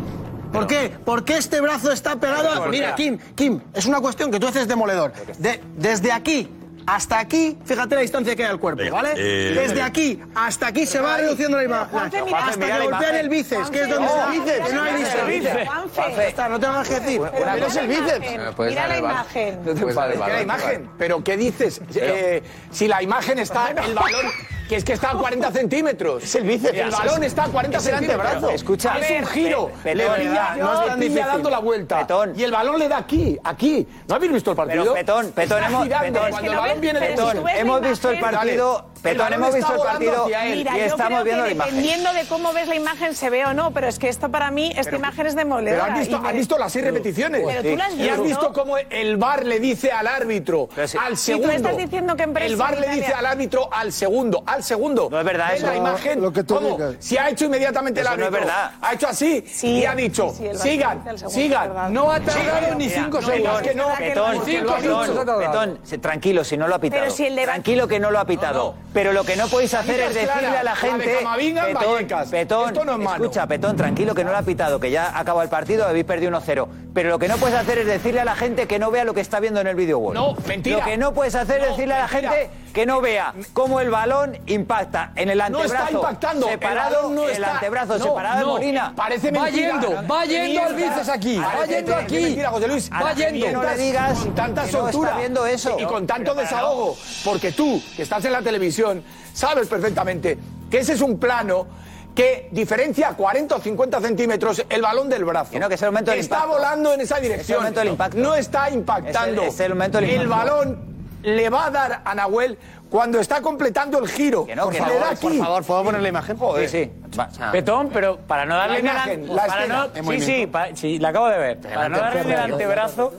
N: ¿Por qué? Porque este brazo está pegado
P: Pero,
N: a...
P: ¿por qué?
N: Mira, Kim, Kim, es una cuestión que tú haces demoledor. De- desde aquí hasta aquí, fíjate la distancia que hay al cuerpo, ¿vale?
P: eh,
N: desde aquí hasta aquí se va reduciendo la imagen.
P: Juanfe, mira-
N: Hasta
P: mira
N: que
P: la
N: golpean
P: imagen.
N: el bíceps, que es donde
P: Juanfe, mira
N: está.
P: el bíceps,
N: Que no
P: mira
N: hay
P: el
N: distancia.
P: bíceps.
N: Ya está, no tengo más que decir.
C: Mira
N: Pero es el bíceps.
C: Mira la imagen.
N: No te
C: Pues
N: enfades,
C: es que la
N: Balón,
C: imagen. Pero ¿qué dices? Eh, si la imagen está, el balón, que es que está a 40 centímetros. Es el
P: bíceps.
C: El balón está a 40
P: Es el
C: centímetros.
P: antebrazo.
C: Escucha,
P: A
C: es
P: ver,
C: un giro.
P: pe-
C: le
P: Petón,
C: pilla,
P: no es
C: le
P: tan
C: pilla
P: difícil.
C: dando la vuelta. Y el balón le da aquí, aquí. ¿No habéis visto el partido?
F: Pero Petón, Petón,
C: Está
F: hemos,
C: girando.
F: Petón,
C: Cuando el balón viene de
F: Petón, hemos visto el partido, Petón, hemos visto el partido
G: Mira,
F: y
G: yo
F: estamos
G: creo
F: viendo la
G: que
F: imagen.
G: dependiendo de cómo ves la imagen se ve o no, pero es que esta para mí, esta imagen es demoledora.
C: Pero has visto,
G: y me-
C: has visto las seis repeticiones.
G: Pero tú las
C: y has visto cómo el bar le dice al árbitro, al
G: Si tú
C: segundo.
G: estás diciendo que en prensa
C: El bar
G: en
C: le
G: Italia-
C: dice al árbitro, al segundo, al segundo. No es verdad
F: eso.
C: la imagen.
E: Lo que tú
C: ¿Cómo?
E: digas.
C: Si ha hecho inmediatamente
F: Eso
C: el
F: no es
C: árbitro.
F: verdad.
C: Ha hecho así
F: Sí.
C: y ha dicho,
F: Sí, el bar le dice
C: sigan,
F: al segundo, es verdad.
C: sigan. No ha tardado
F: Sí,
C: ni
F: mira,
C: cinco
F: no,
C: segundos.
F: Petón,
C: que no.
F: Petón,
C: Ni cinco segundos.
F: Petón, Petón, se- tranquilo, si no lo ha pitado.
C: Pero si el debate-
F: Tranquilo que no lo ha pitado. Pero lo que no podéis hacer
C: Amigas
F: es decirle
C: claras,
F: a la
C: la de
F: gente.
C: Camavinga en
F: Petón,
C: Vallecas.
F: Petón,
C: Esto no es mano.
F: escucha, Petón, tranquilo que no lo ha pitado, que ya acaba el partido, habéis perdido 1-0. Pero lo que no puedes hacer es decirle a la gente que no vea lo que está viendo en el video wall.
C: No, mentira.
F: Lo que no puedes hacer es
C: No,
F: decirle a la
C: mentira.
F: gente que no vea cómo el balón impacta en el
C: No
F: antebrazo.
C: está impactando.
F: Separado,
C: el balón no
F: el
C: está.
F: antebrazo
C: No,
F: separado de
C: no.
F: Molina.
C: Parece
F: Va
C: mentira.
F: yendo, va yendo al
C: Mierda.
F: bíceps aquí, va
C: Parece
F: yendo aquí.
C: Mentira, José Luis.
F: A la
C: Va yendo.
F: gente no le digas
C: Con tanta
F: que no está
C: soltura.
F: viendo eso.
C: Y con tanto
F: Pero para
C: desahogo. Porque tú, que estás en la televisión, sabes perfectamente que ese es un plano que diferencia 40 o 50 centímetros el balón del brazo. Que
F: el momento del
C: está
F: impacto.
C: volando en
F: Es
C: esa
F: el
C: dirección.
F: momento del impacto.
C: No está impactando.
F: Es el- es el momento del impacto.
C: balón le va a dar a Nahuel cuando está completando el giro.
F: no,
C: Por
F: que
C: favor,
F: no.
C: le da aquí.
F: Por favor,
C: ¿puedo poner la imagen? Joder.
F: Sí, sí. Va.
I: Petón, pero para no darle
C: La
I: en el
C: imagen,
I: ante-
C: la
I: para
C: escena,
I: no-
C: en
I: sí,
C: movimiento.
I: sí, pa- sí, la acabo de ver. Para no
C: Levanta el
I: darle en el
C: brazo.
I: antebrazo,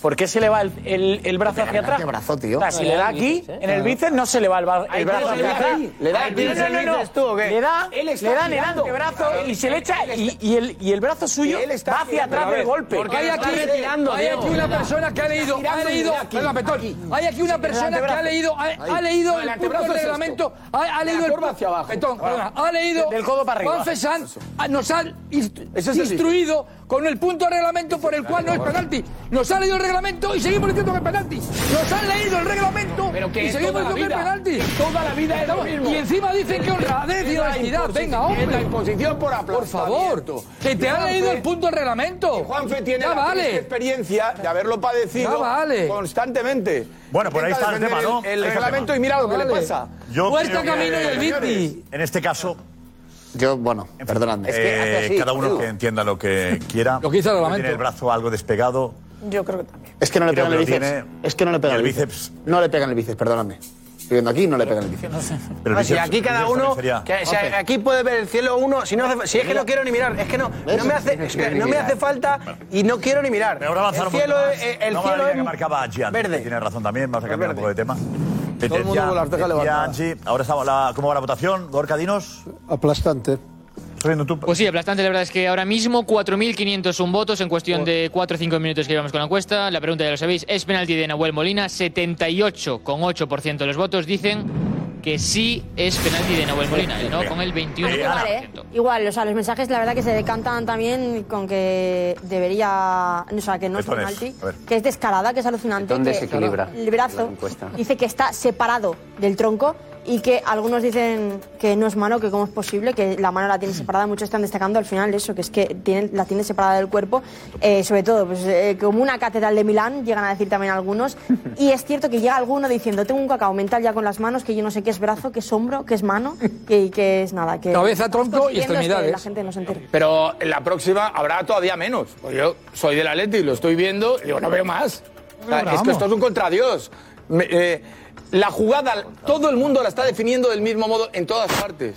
I: ¿por qué se le va el, el- el brazo hacia atrás?
P: antebrazo, tío.
I: O sea, si le da aquí, en el bíceps no se le va el, ba- el
C: Ahí
I: brazo
C: te le
I: hacia
C: da
I: atrás.
C: ahí, le da
I: Ahí
C: aquí.
I: no, no, no, no.
C: ¿Dices tú o qué?
I: Le da,
C: Él está
I: le da en el
C: girando.
I: antebrazo y se le echa y, y el, y el brazo suyo
C: Él está
I: va hacia
C: girando.
I: atrás
C: A ver,
I: del golpe.
C: porque
D: hay aquí, hay aquí una persona que ha leído, ha leído, perdón, Petón, hay aquí una persona que ha leído, ha, ha leído el, punto del reglamento, ha, ha leído el
C: curva hacia abajo.
D: Petón,
C: Ahora.
D: perdona, ha leído,
C: Del codo para arriba.
D: Juanfe Sanz, ah, nos ha instru-
C: Eso es el
D: instruido con el punto del reglamento por el cual no es penalti. Nos han leído el reglamento y seguimos diciendo que es penalti. Nos han leído el reglamento
I: Pero que
D: y
I: es
D: seguimos
I: toda
D: diciendo
I: la
D: que es
I: vida,
D: penalti.
I: que toda la vida es lo
D: Estamos-
I: mismo.
D: Y encima dicen que honradez y
I: Es la
D: honestidad.
I: imposi-
D: Venga, hombre.
I: es la imposición por
D: Por favor,
I: aplastamiento.
D: que te
I: Y
D: han
I: Juanfe-
D: leído el punto del reglamento.
C: Juanfe tiene
D: Ya
C: la
D: vale.
C: triste experiencia de haberlo padecido
D: Ya vale.
C: constantemente.
A: Bueno, por ahí
C: Intenta
A: está el
C: defender
A: tema, ¿no?
C: El,
A: Ahí está el
C: reglamento
A: tema.
C: y mira lo que
A: Vale.
C: le pasa.
A: Yo
C: Puerta,
A: creo que,
C: camino y el Viti.
A: En este caso,
P: Yo, bueno, perdonadme.
A: eh, cada uno que entienda lo que quiera. Lo que
P: el reglamento.
A: Tiene el brazo algo despegado.
G: Yo creo que también.
P: Es que no le
A: Creo
P: pegan el
A: que lo
P: bíceps.
A: tiene.
P: Es que no le pegan
A: El
P: el bíceps. No le pegan el bíceps, perdóname. Estoy viendo aquí, no le pegan el bíceps.
A: Pero
N: Ah, si aquí cada uno, que- si
P: Juanfe.
N: aquí puede ver el cielo uno, si, no hace- si es que no quiero ni mirar, es que no, no me hace, es que no me hace falta y no quiero ni mirar.
A: Pero ahora avanzar
N: el cielo,
A: un poquito
N: es-
A: más.
N: eh, el
A: no
N: cielo
A: vale,
N: es
A: que marcaba Angie antes,
N: verde.
A: que Tiene razón también, vamos a cambiar un poco de tema.
E: Todo el mundo con las cejas
A: ya,
E: levantadas.
A: Angie. Ahora estamos la, ¿cómo va la votación? Gorka, dinos.
E: Aplastante.
A: Estoy viendo tú.
Q: Pues sí, aplastante. La verdad es que ahora mismo 4.501 votos en cuestión de 4 o 5 minutos que llevamos con la encuesta. La pregunta ya lo sabéis, es penalti de Nahuel Molina. 78,8% de los votos dicen que sí es penalti de Nahuel Molina. El no con el 21%.
B: Igual, ¿eh? Igual, o sea, los mensajes la verdad que se decantan también con que debería, o sea, que no es
J: Esto no es,
B: penalti,
J: a ver.
B: que es descarada, que es alucinante.
J: ¿Dónde
B: que
J: se equilibra
B: El brazo
J: la encuesta?
B: dice que está separado del tronco y que algunos dicen que no es mano, que cómo es posible, que la mano la tiene separada. Muchos están destacando al final eso, que es que tienen, la tiene separada del cuerpo, eh, sobre todo pues, eh, como una catedral de Milán, llegan a decir también algunos. Y es cierto que llega alguno diciendo, tengo un cacao mental ya con las manos, que yo no sé qué es brazo, que es hombro, que es mano y que es nada. Que
C: Cabeza,
B: lo que estamos
C: tronco y
B: consiguiendo es que
C: extremidades.
B: La gente no se entere.
C: Pero en la próxima habrá todavía menos. Pues yo soy del Atleti, lo estoy viendo y digo, no veo más. O sea,
D: Pero
C: es
D: vamos.
C: que esto es un contra Dios. Me- eh, la jugada, todo el mundo la está definiendo del mismo modo en todas partes.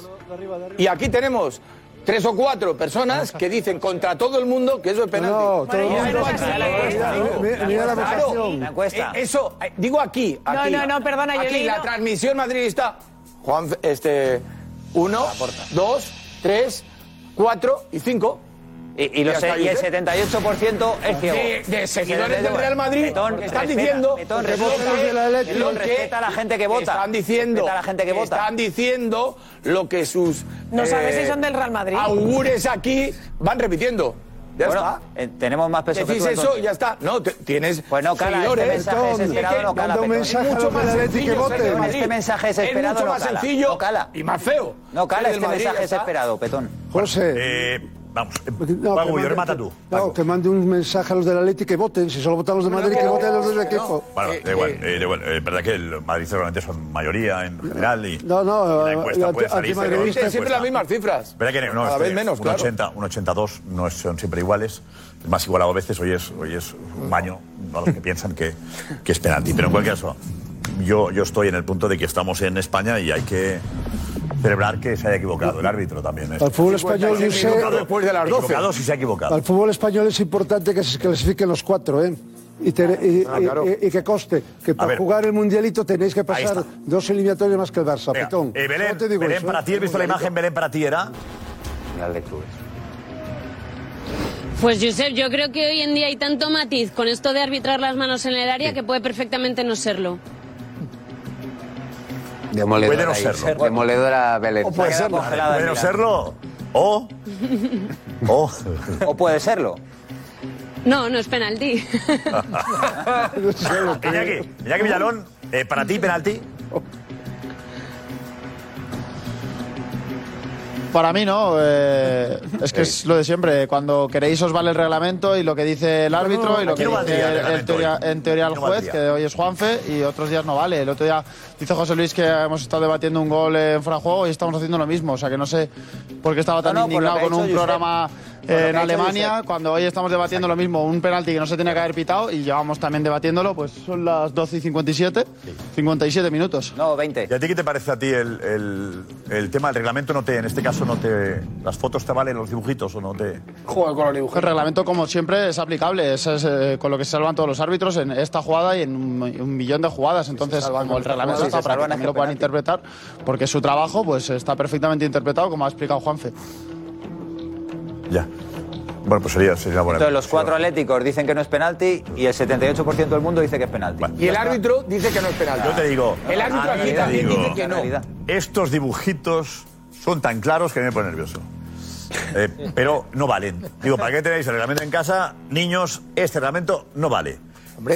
C: Y aquí tenemos tres o cuatro personas que dicen contra todo el mundo que eso es penalti.
E: No, todo el
C: Bueno,
E: mundo-
C: ya está,
E: Mira,
C: ya está,
E: mira,
C: ¿no?
E: mira, mira la
C: Claro,
E: votación. La encuesta.
C: eh, Eso, eh, digo aquí,
G: No,
C: aquí.
G: no, no, perdona, yo
C: Aquí
G: leí,
C: la
G: no.
C: transmisión madridista. Juan, este, uno, dos, tres, cuatro y cinco.
F: Y, y lo sé, y el 78% es ciego.
C: De, de seguidores
F: Sí,
C: del Real Madrid
F: Petón,
C: que están
F: respeta,
C: diciendo
F: Petón,
C: que
F: respeta,
C: votan
F: Petón,
C: lo que-
F: Petón, respeta a la gente que vota.
C: Están diciendo
F: Respeta a la gente que vota.
C: Están diciendo lo que sus eh,
F: No sabes si son del Real Madrid.
C: Augures aquí van repitiendo. Ya
F: Bueno, eh,
C: está.
F: tenemos más peso que
C: Decís
F: tú,
C: eso
F: entonces.
C: y ya está. No, te- tienes
F: Pues no cala,
C: seguidores.
F: este mensaje
C: Petón,
F: desesperado
C: es que
F: no cala,
C: manda un
F: Petón.
C: mensaje
F: Es mucho
C: al
F: más
C: Atleti que
F: sencillo
C: vote.
F: ser del Madrid.
C: Este mensaje
F: Es
C: desesperado
F: mucho
C: no
F: más
C: cala.
F: sencillo
C: No cala.
F: y más feo.
A: No
F: cala,
A: este mensaje
F: desesperado, Petón.
E: José.
A: Eh, vamos, eh,
E: No,
A: Paco,
E: que
A: yo
E: mande-
A: remata tú.
E: No, que mande un mensaje a los del Atleti que voten. Si solo votamos de Madrid, que voten los del equipo.
A: Bueno, da igual, eh, da igual. Eh, verdad que el Madrid seguramente son mayoría en general y...
E: No, no,
A: La encuesta
E: eh,
A: puede salir,
E: anti-
A: pero-
E: antimadridista
C: Dicen siempre
A: encuesta.
C: las mismas cifras.
A: Verá que no,
C: Cada
A: este,
C: vez menos,
A: un
C: claro.
A: 80, un 82 no es- son siempre iguales. Es más igualado a veces, hoy es, hoy es un baño a los que piensan que, que es penalti. Pero en cualquier caso, yo, yo estoy en el punto de que estamos en España y hay que celebrar que se haya equivocado el árbitro también.
E: Al fútbol español,
A: 56
E: Josep,
A: equivocado,
E: después de las 12.
A: Equivocado si se ha equivocado.
E: Al fútbol español es importante que se clasifiquen los cuatro, ¿eh? Y, te- y-
A: Ah, claro.
E: y- y que coste que para
A: ver.
E: jugar el mundialito tenéis que
A: Ahí
E: pasar
A: está.
E: dos eliminatorios más que el Barça.
A: Venga,
E: Petón.
A: eh, Belén,
E: Solo te digo
A: Belén
E: eso,
A: para ti,
E: ¿eh?
A: ¿has visto la imagen? Belén para ti era...
J: Mundial de clubes.
K: Pues Josep, yo creo que hoy en día hay tanto matiz con esto de arbitrar las manos en el área que puede perfectamente no serlo.
J: Demoledora.
A: Puede no
J: ahí.
A: serlo.
J: Demoledora Belén.
A: O puede
J: Se ha quedado
A: serlo.
J: congelada,
A: Puede no
J: mira.
A: serlo. O... O...
F: O puede serlo.
K: No, no es penalti.
A: Iñaki, Iñaki Villalón, eh, para ti penalti.
R: Para mí no, eh, es que
A: Sí.
R: es lo de siempre. Cuando queréis os vale el reglamento y lo que dice el árbitro
A: no,
R: y lo
A: aquí
R: que
A: no valdría el
R: dice el- en
A: reglamento
R: teoría,
A: hoy.
R: en teoría el
A: No
R: juez,
A: valdría.
R: que hoy es Juanfe, y otros días no vale. El otro día dice José Luis que hemos estado debatiendo un gol en fuera de juego y estamos haciendo lo mismo. O sea que no sé por qué estaba tan
F: No, no, por lo
R: indignado
F: que ha
R: con un
F: hecho Josep.
R: programa
F: Por lo que
R: eh, en
F: ha hecho
R: Alemania
F: Josep.
R: cuando hoy estamos debatiendo lo mismo. Un penalti que no se tenía que haber pitado y llevamos también debatiéndolo, pues son las 12 y 57, 57 minutos.
F: No, 20.
A: ¿Y a ti qué te parece a ti el, el- el tema del reglamento? No te, en este caso no te. Las fotos te valen los dibujitos o no te.
N: Juega con los dibujos.
R: El reglamento, como siempre, es aplicable. Es, es, eh, con lo que se salvan todos los árbitros en esta jugada y en un, un millón de jugadas. Entonces,
F: salvan
R: como el
F: con esta
R: reglamento
F: jugada,
R: está
F: si se
R: para que
F: salvan es
R: también
F: el
R: lo puedan interpretar, porque su trabajo pues está perfectamente interpretado, como ha explicado Juanfe.
A: Ya. Bueno, pues sería, sería buena.
F: Entonces los cuatro atléticos dicen que no es penalti y el 78% del mundo dice que es penalti.
C: Y el árbitro dice que no es penalti.
A: Yo te digo.
C: El árbitro
A: a
C: aquí
A: mí te
C: también
A: digo,
C: dice que no.
A: Estos dibujitos son tan claros que me pone nervioso. Eh, pero no valen. Digo, ¿para qué tenéis el reglamento en casa? Niños, este reglamento no vale.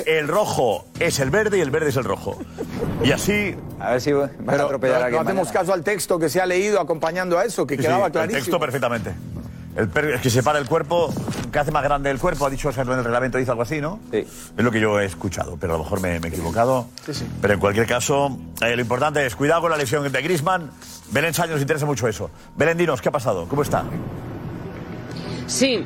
A: El rojo es el verde y el verde es el rojo. Y así.
F: A ver si vas
C: Pero no, no hacemos caso al texto que se ha leído acompañando a eso, que
A: Sí, sí,
C: quedaba
A: El
C: clarísimo.
A: texto perfectamente. El per- es que separa el cuerpo, que hace más grande el cuerpo, ha dicho en el reglamento, dice algo así, ¿no? Sí. Es lo que yo he escuchado, pero a lo mejor me, me he equivocado.
N: Sí, sí.
A: Pero en cualquier caso, eh, lo importante es cuidado con la lesión de Grisman. Belén Sánchez nos interesa mucho eso. Belén, dinos, ¿qué ha pasado? ¿Cómo está?
K: Sí.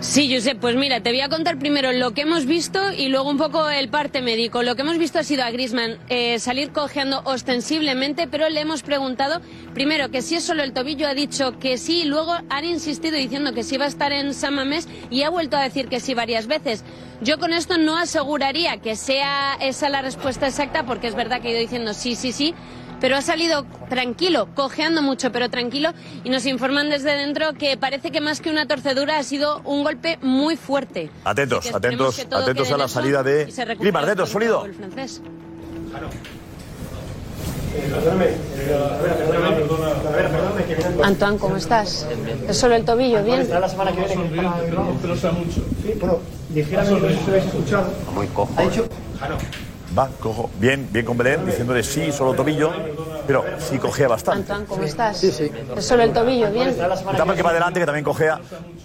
K: Sí, Josep, pues mira, te voy a contar primero lo que hemos visto y luego un poco el parte médico. Lo que hemos visto ha sido a Grisman eh, salir cojeando ostensiblemente, pero le hemos preguntado primero que si es solo el tobillo, ha dicho que sí, y luego han insistido diciendo que sí va a estar en San Mamés y ha vuelto a decir que sí varias veces. Yo con esto no aseguraría que sea esa la respuesta exacta, porque es verdad que he ido diciendo sí, sí, sí, pero ha salido tranquilo, cojeando mucho, pero tranquilo, y nos informan desde dentro que parece que más que una torcedura ha sido un golpe muy fuerte.
A: Atentos,
K: Así que esperemos
A: atentos,
K: que todo
A: atentos
K: quede
A: a la
K: en eso
A: salida de
K: y se recupere
A: Grisman.
K: pronto
A: Atentos, sonido.
K: el francés.
S: Antoine, ¿cómo estás? Es solo el tobillo, bien.
T: Estará la semana que viene. mucho. Sí, bueno, ligeramente no se habéis escuchado.
A: Muy cojo. eh. Va, cojo. Bien, bien con Belén, diciéndole sí, solo tobillo, pero sí cogea bastante.
S: Antoine, ¿cómo estás? Es solo el tobillo, bien.
A: Estamos que va adelante, que también cojea,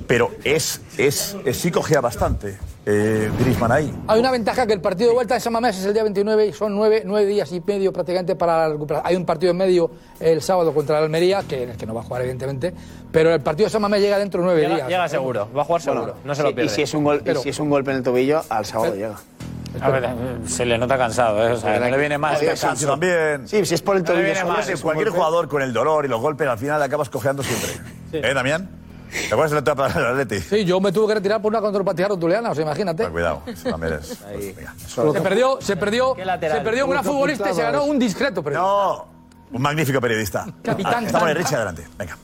A: pero es, es, es- sí cojea bastante eh, Griezmann ahí.
D: Hay una ventaja que el partido de vuelta de San Mamés es el día 29 y son nueve, nueve días y medio prácticamente para la recuperación. Hay un partido en medio el sábado contra la Almería, que, en el que no va a jugar evidentemente, pero el partido de San Mamés llega dentro de nueve
I: Llega-
D: días.
I: llega seguro, va a jugar seguro, no se lo
D: sí,
I: pierde.
D: y si es un gol- y
I: Pero-
D: si
P: es un golpe en el tobillo, al sábado llega.
I: A ver, se le nota cansado, ¿eh? O sea, no le viene más.
A: Cansancio también.
P: Sí, si es por el
A: No le
P: tobillo
A: viene
P: solo,
A: mal.
P: si es un
A: Cualquier
P: golpe.
A: jugador con el dolor y los golpes, al final acabas cojeando siempre. ¿Eh, Damián? ¿Te acuerdas de la etapa del Atleti?
D: Sí, yo me tuve que retirar por una contropartida rotuliana, o sea, imagínate.
A: Cuidado, eso también es. pues, venga.
D: Se perdió, se perdió, se perdió con una futbolista y se ganó un discreto periodista.
A: No, un magnífico periodista.
D: Capitán
A: Ah, Estamos en
D: Tan.
A: Richie, adelante. Venga.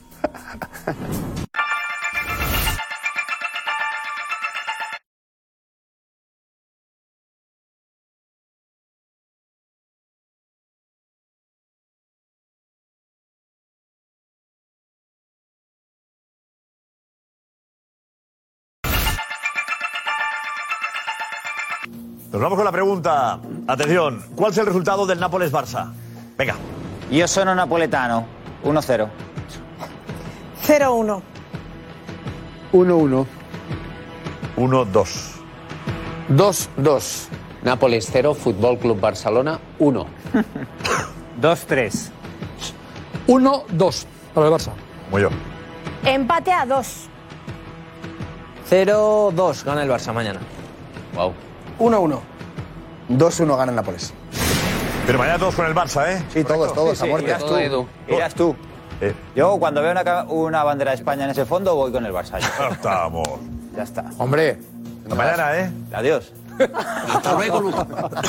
A: Nos vamos con la pregunta. Atención, ¿cuál es el resultado del Nápoles-Barça? Venga.
F: Yo sono napoletano, 1-0.
G: 0-1.
E: 1-1.
A: 1-2.
J: 2-2. Nápoles 0, Fútbol Club Barcelona 1.
F: 2-3.
D: 1-2 para el Barça.
A: Muy bien.
B: Empate a dos.
U: 0-2 gana el Barça mañana.
J: Wow.
U: 1-1. 2-1 gana el Nápoles.
A: Pero mañana todos con el Barça, ¿eh?
U: Sí, todos, todos, a muerte.
F: Irás tú. Irás tú. Yo cuando veo una, ca- una bandera de España en ese fondo voy con el Barça.
A: Estamos.
F: Ya está.
C: Hombre.
A: Hasta mañana, ¿eh?
F: Adiós.
C: Hasta luego, Lucas.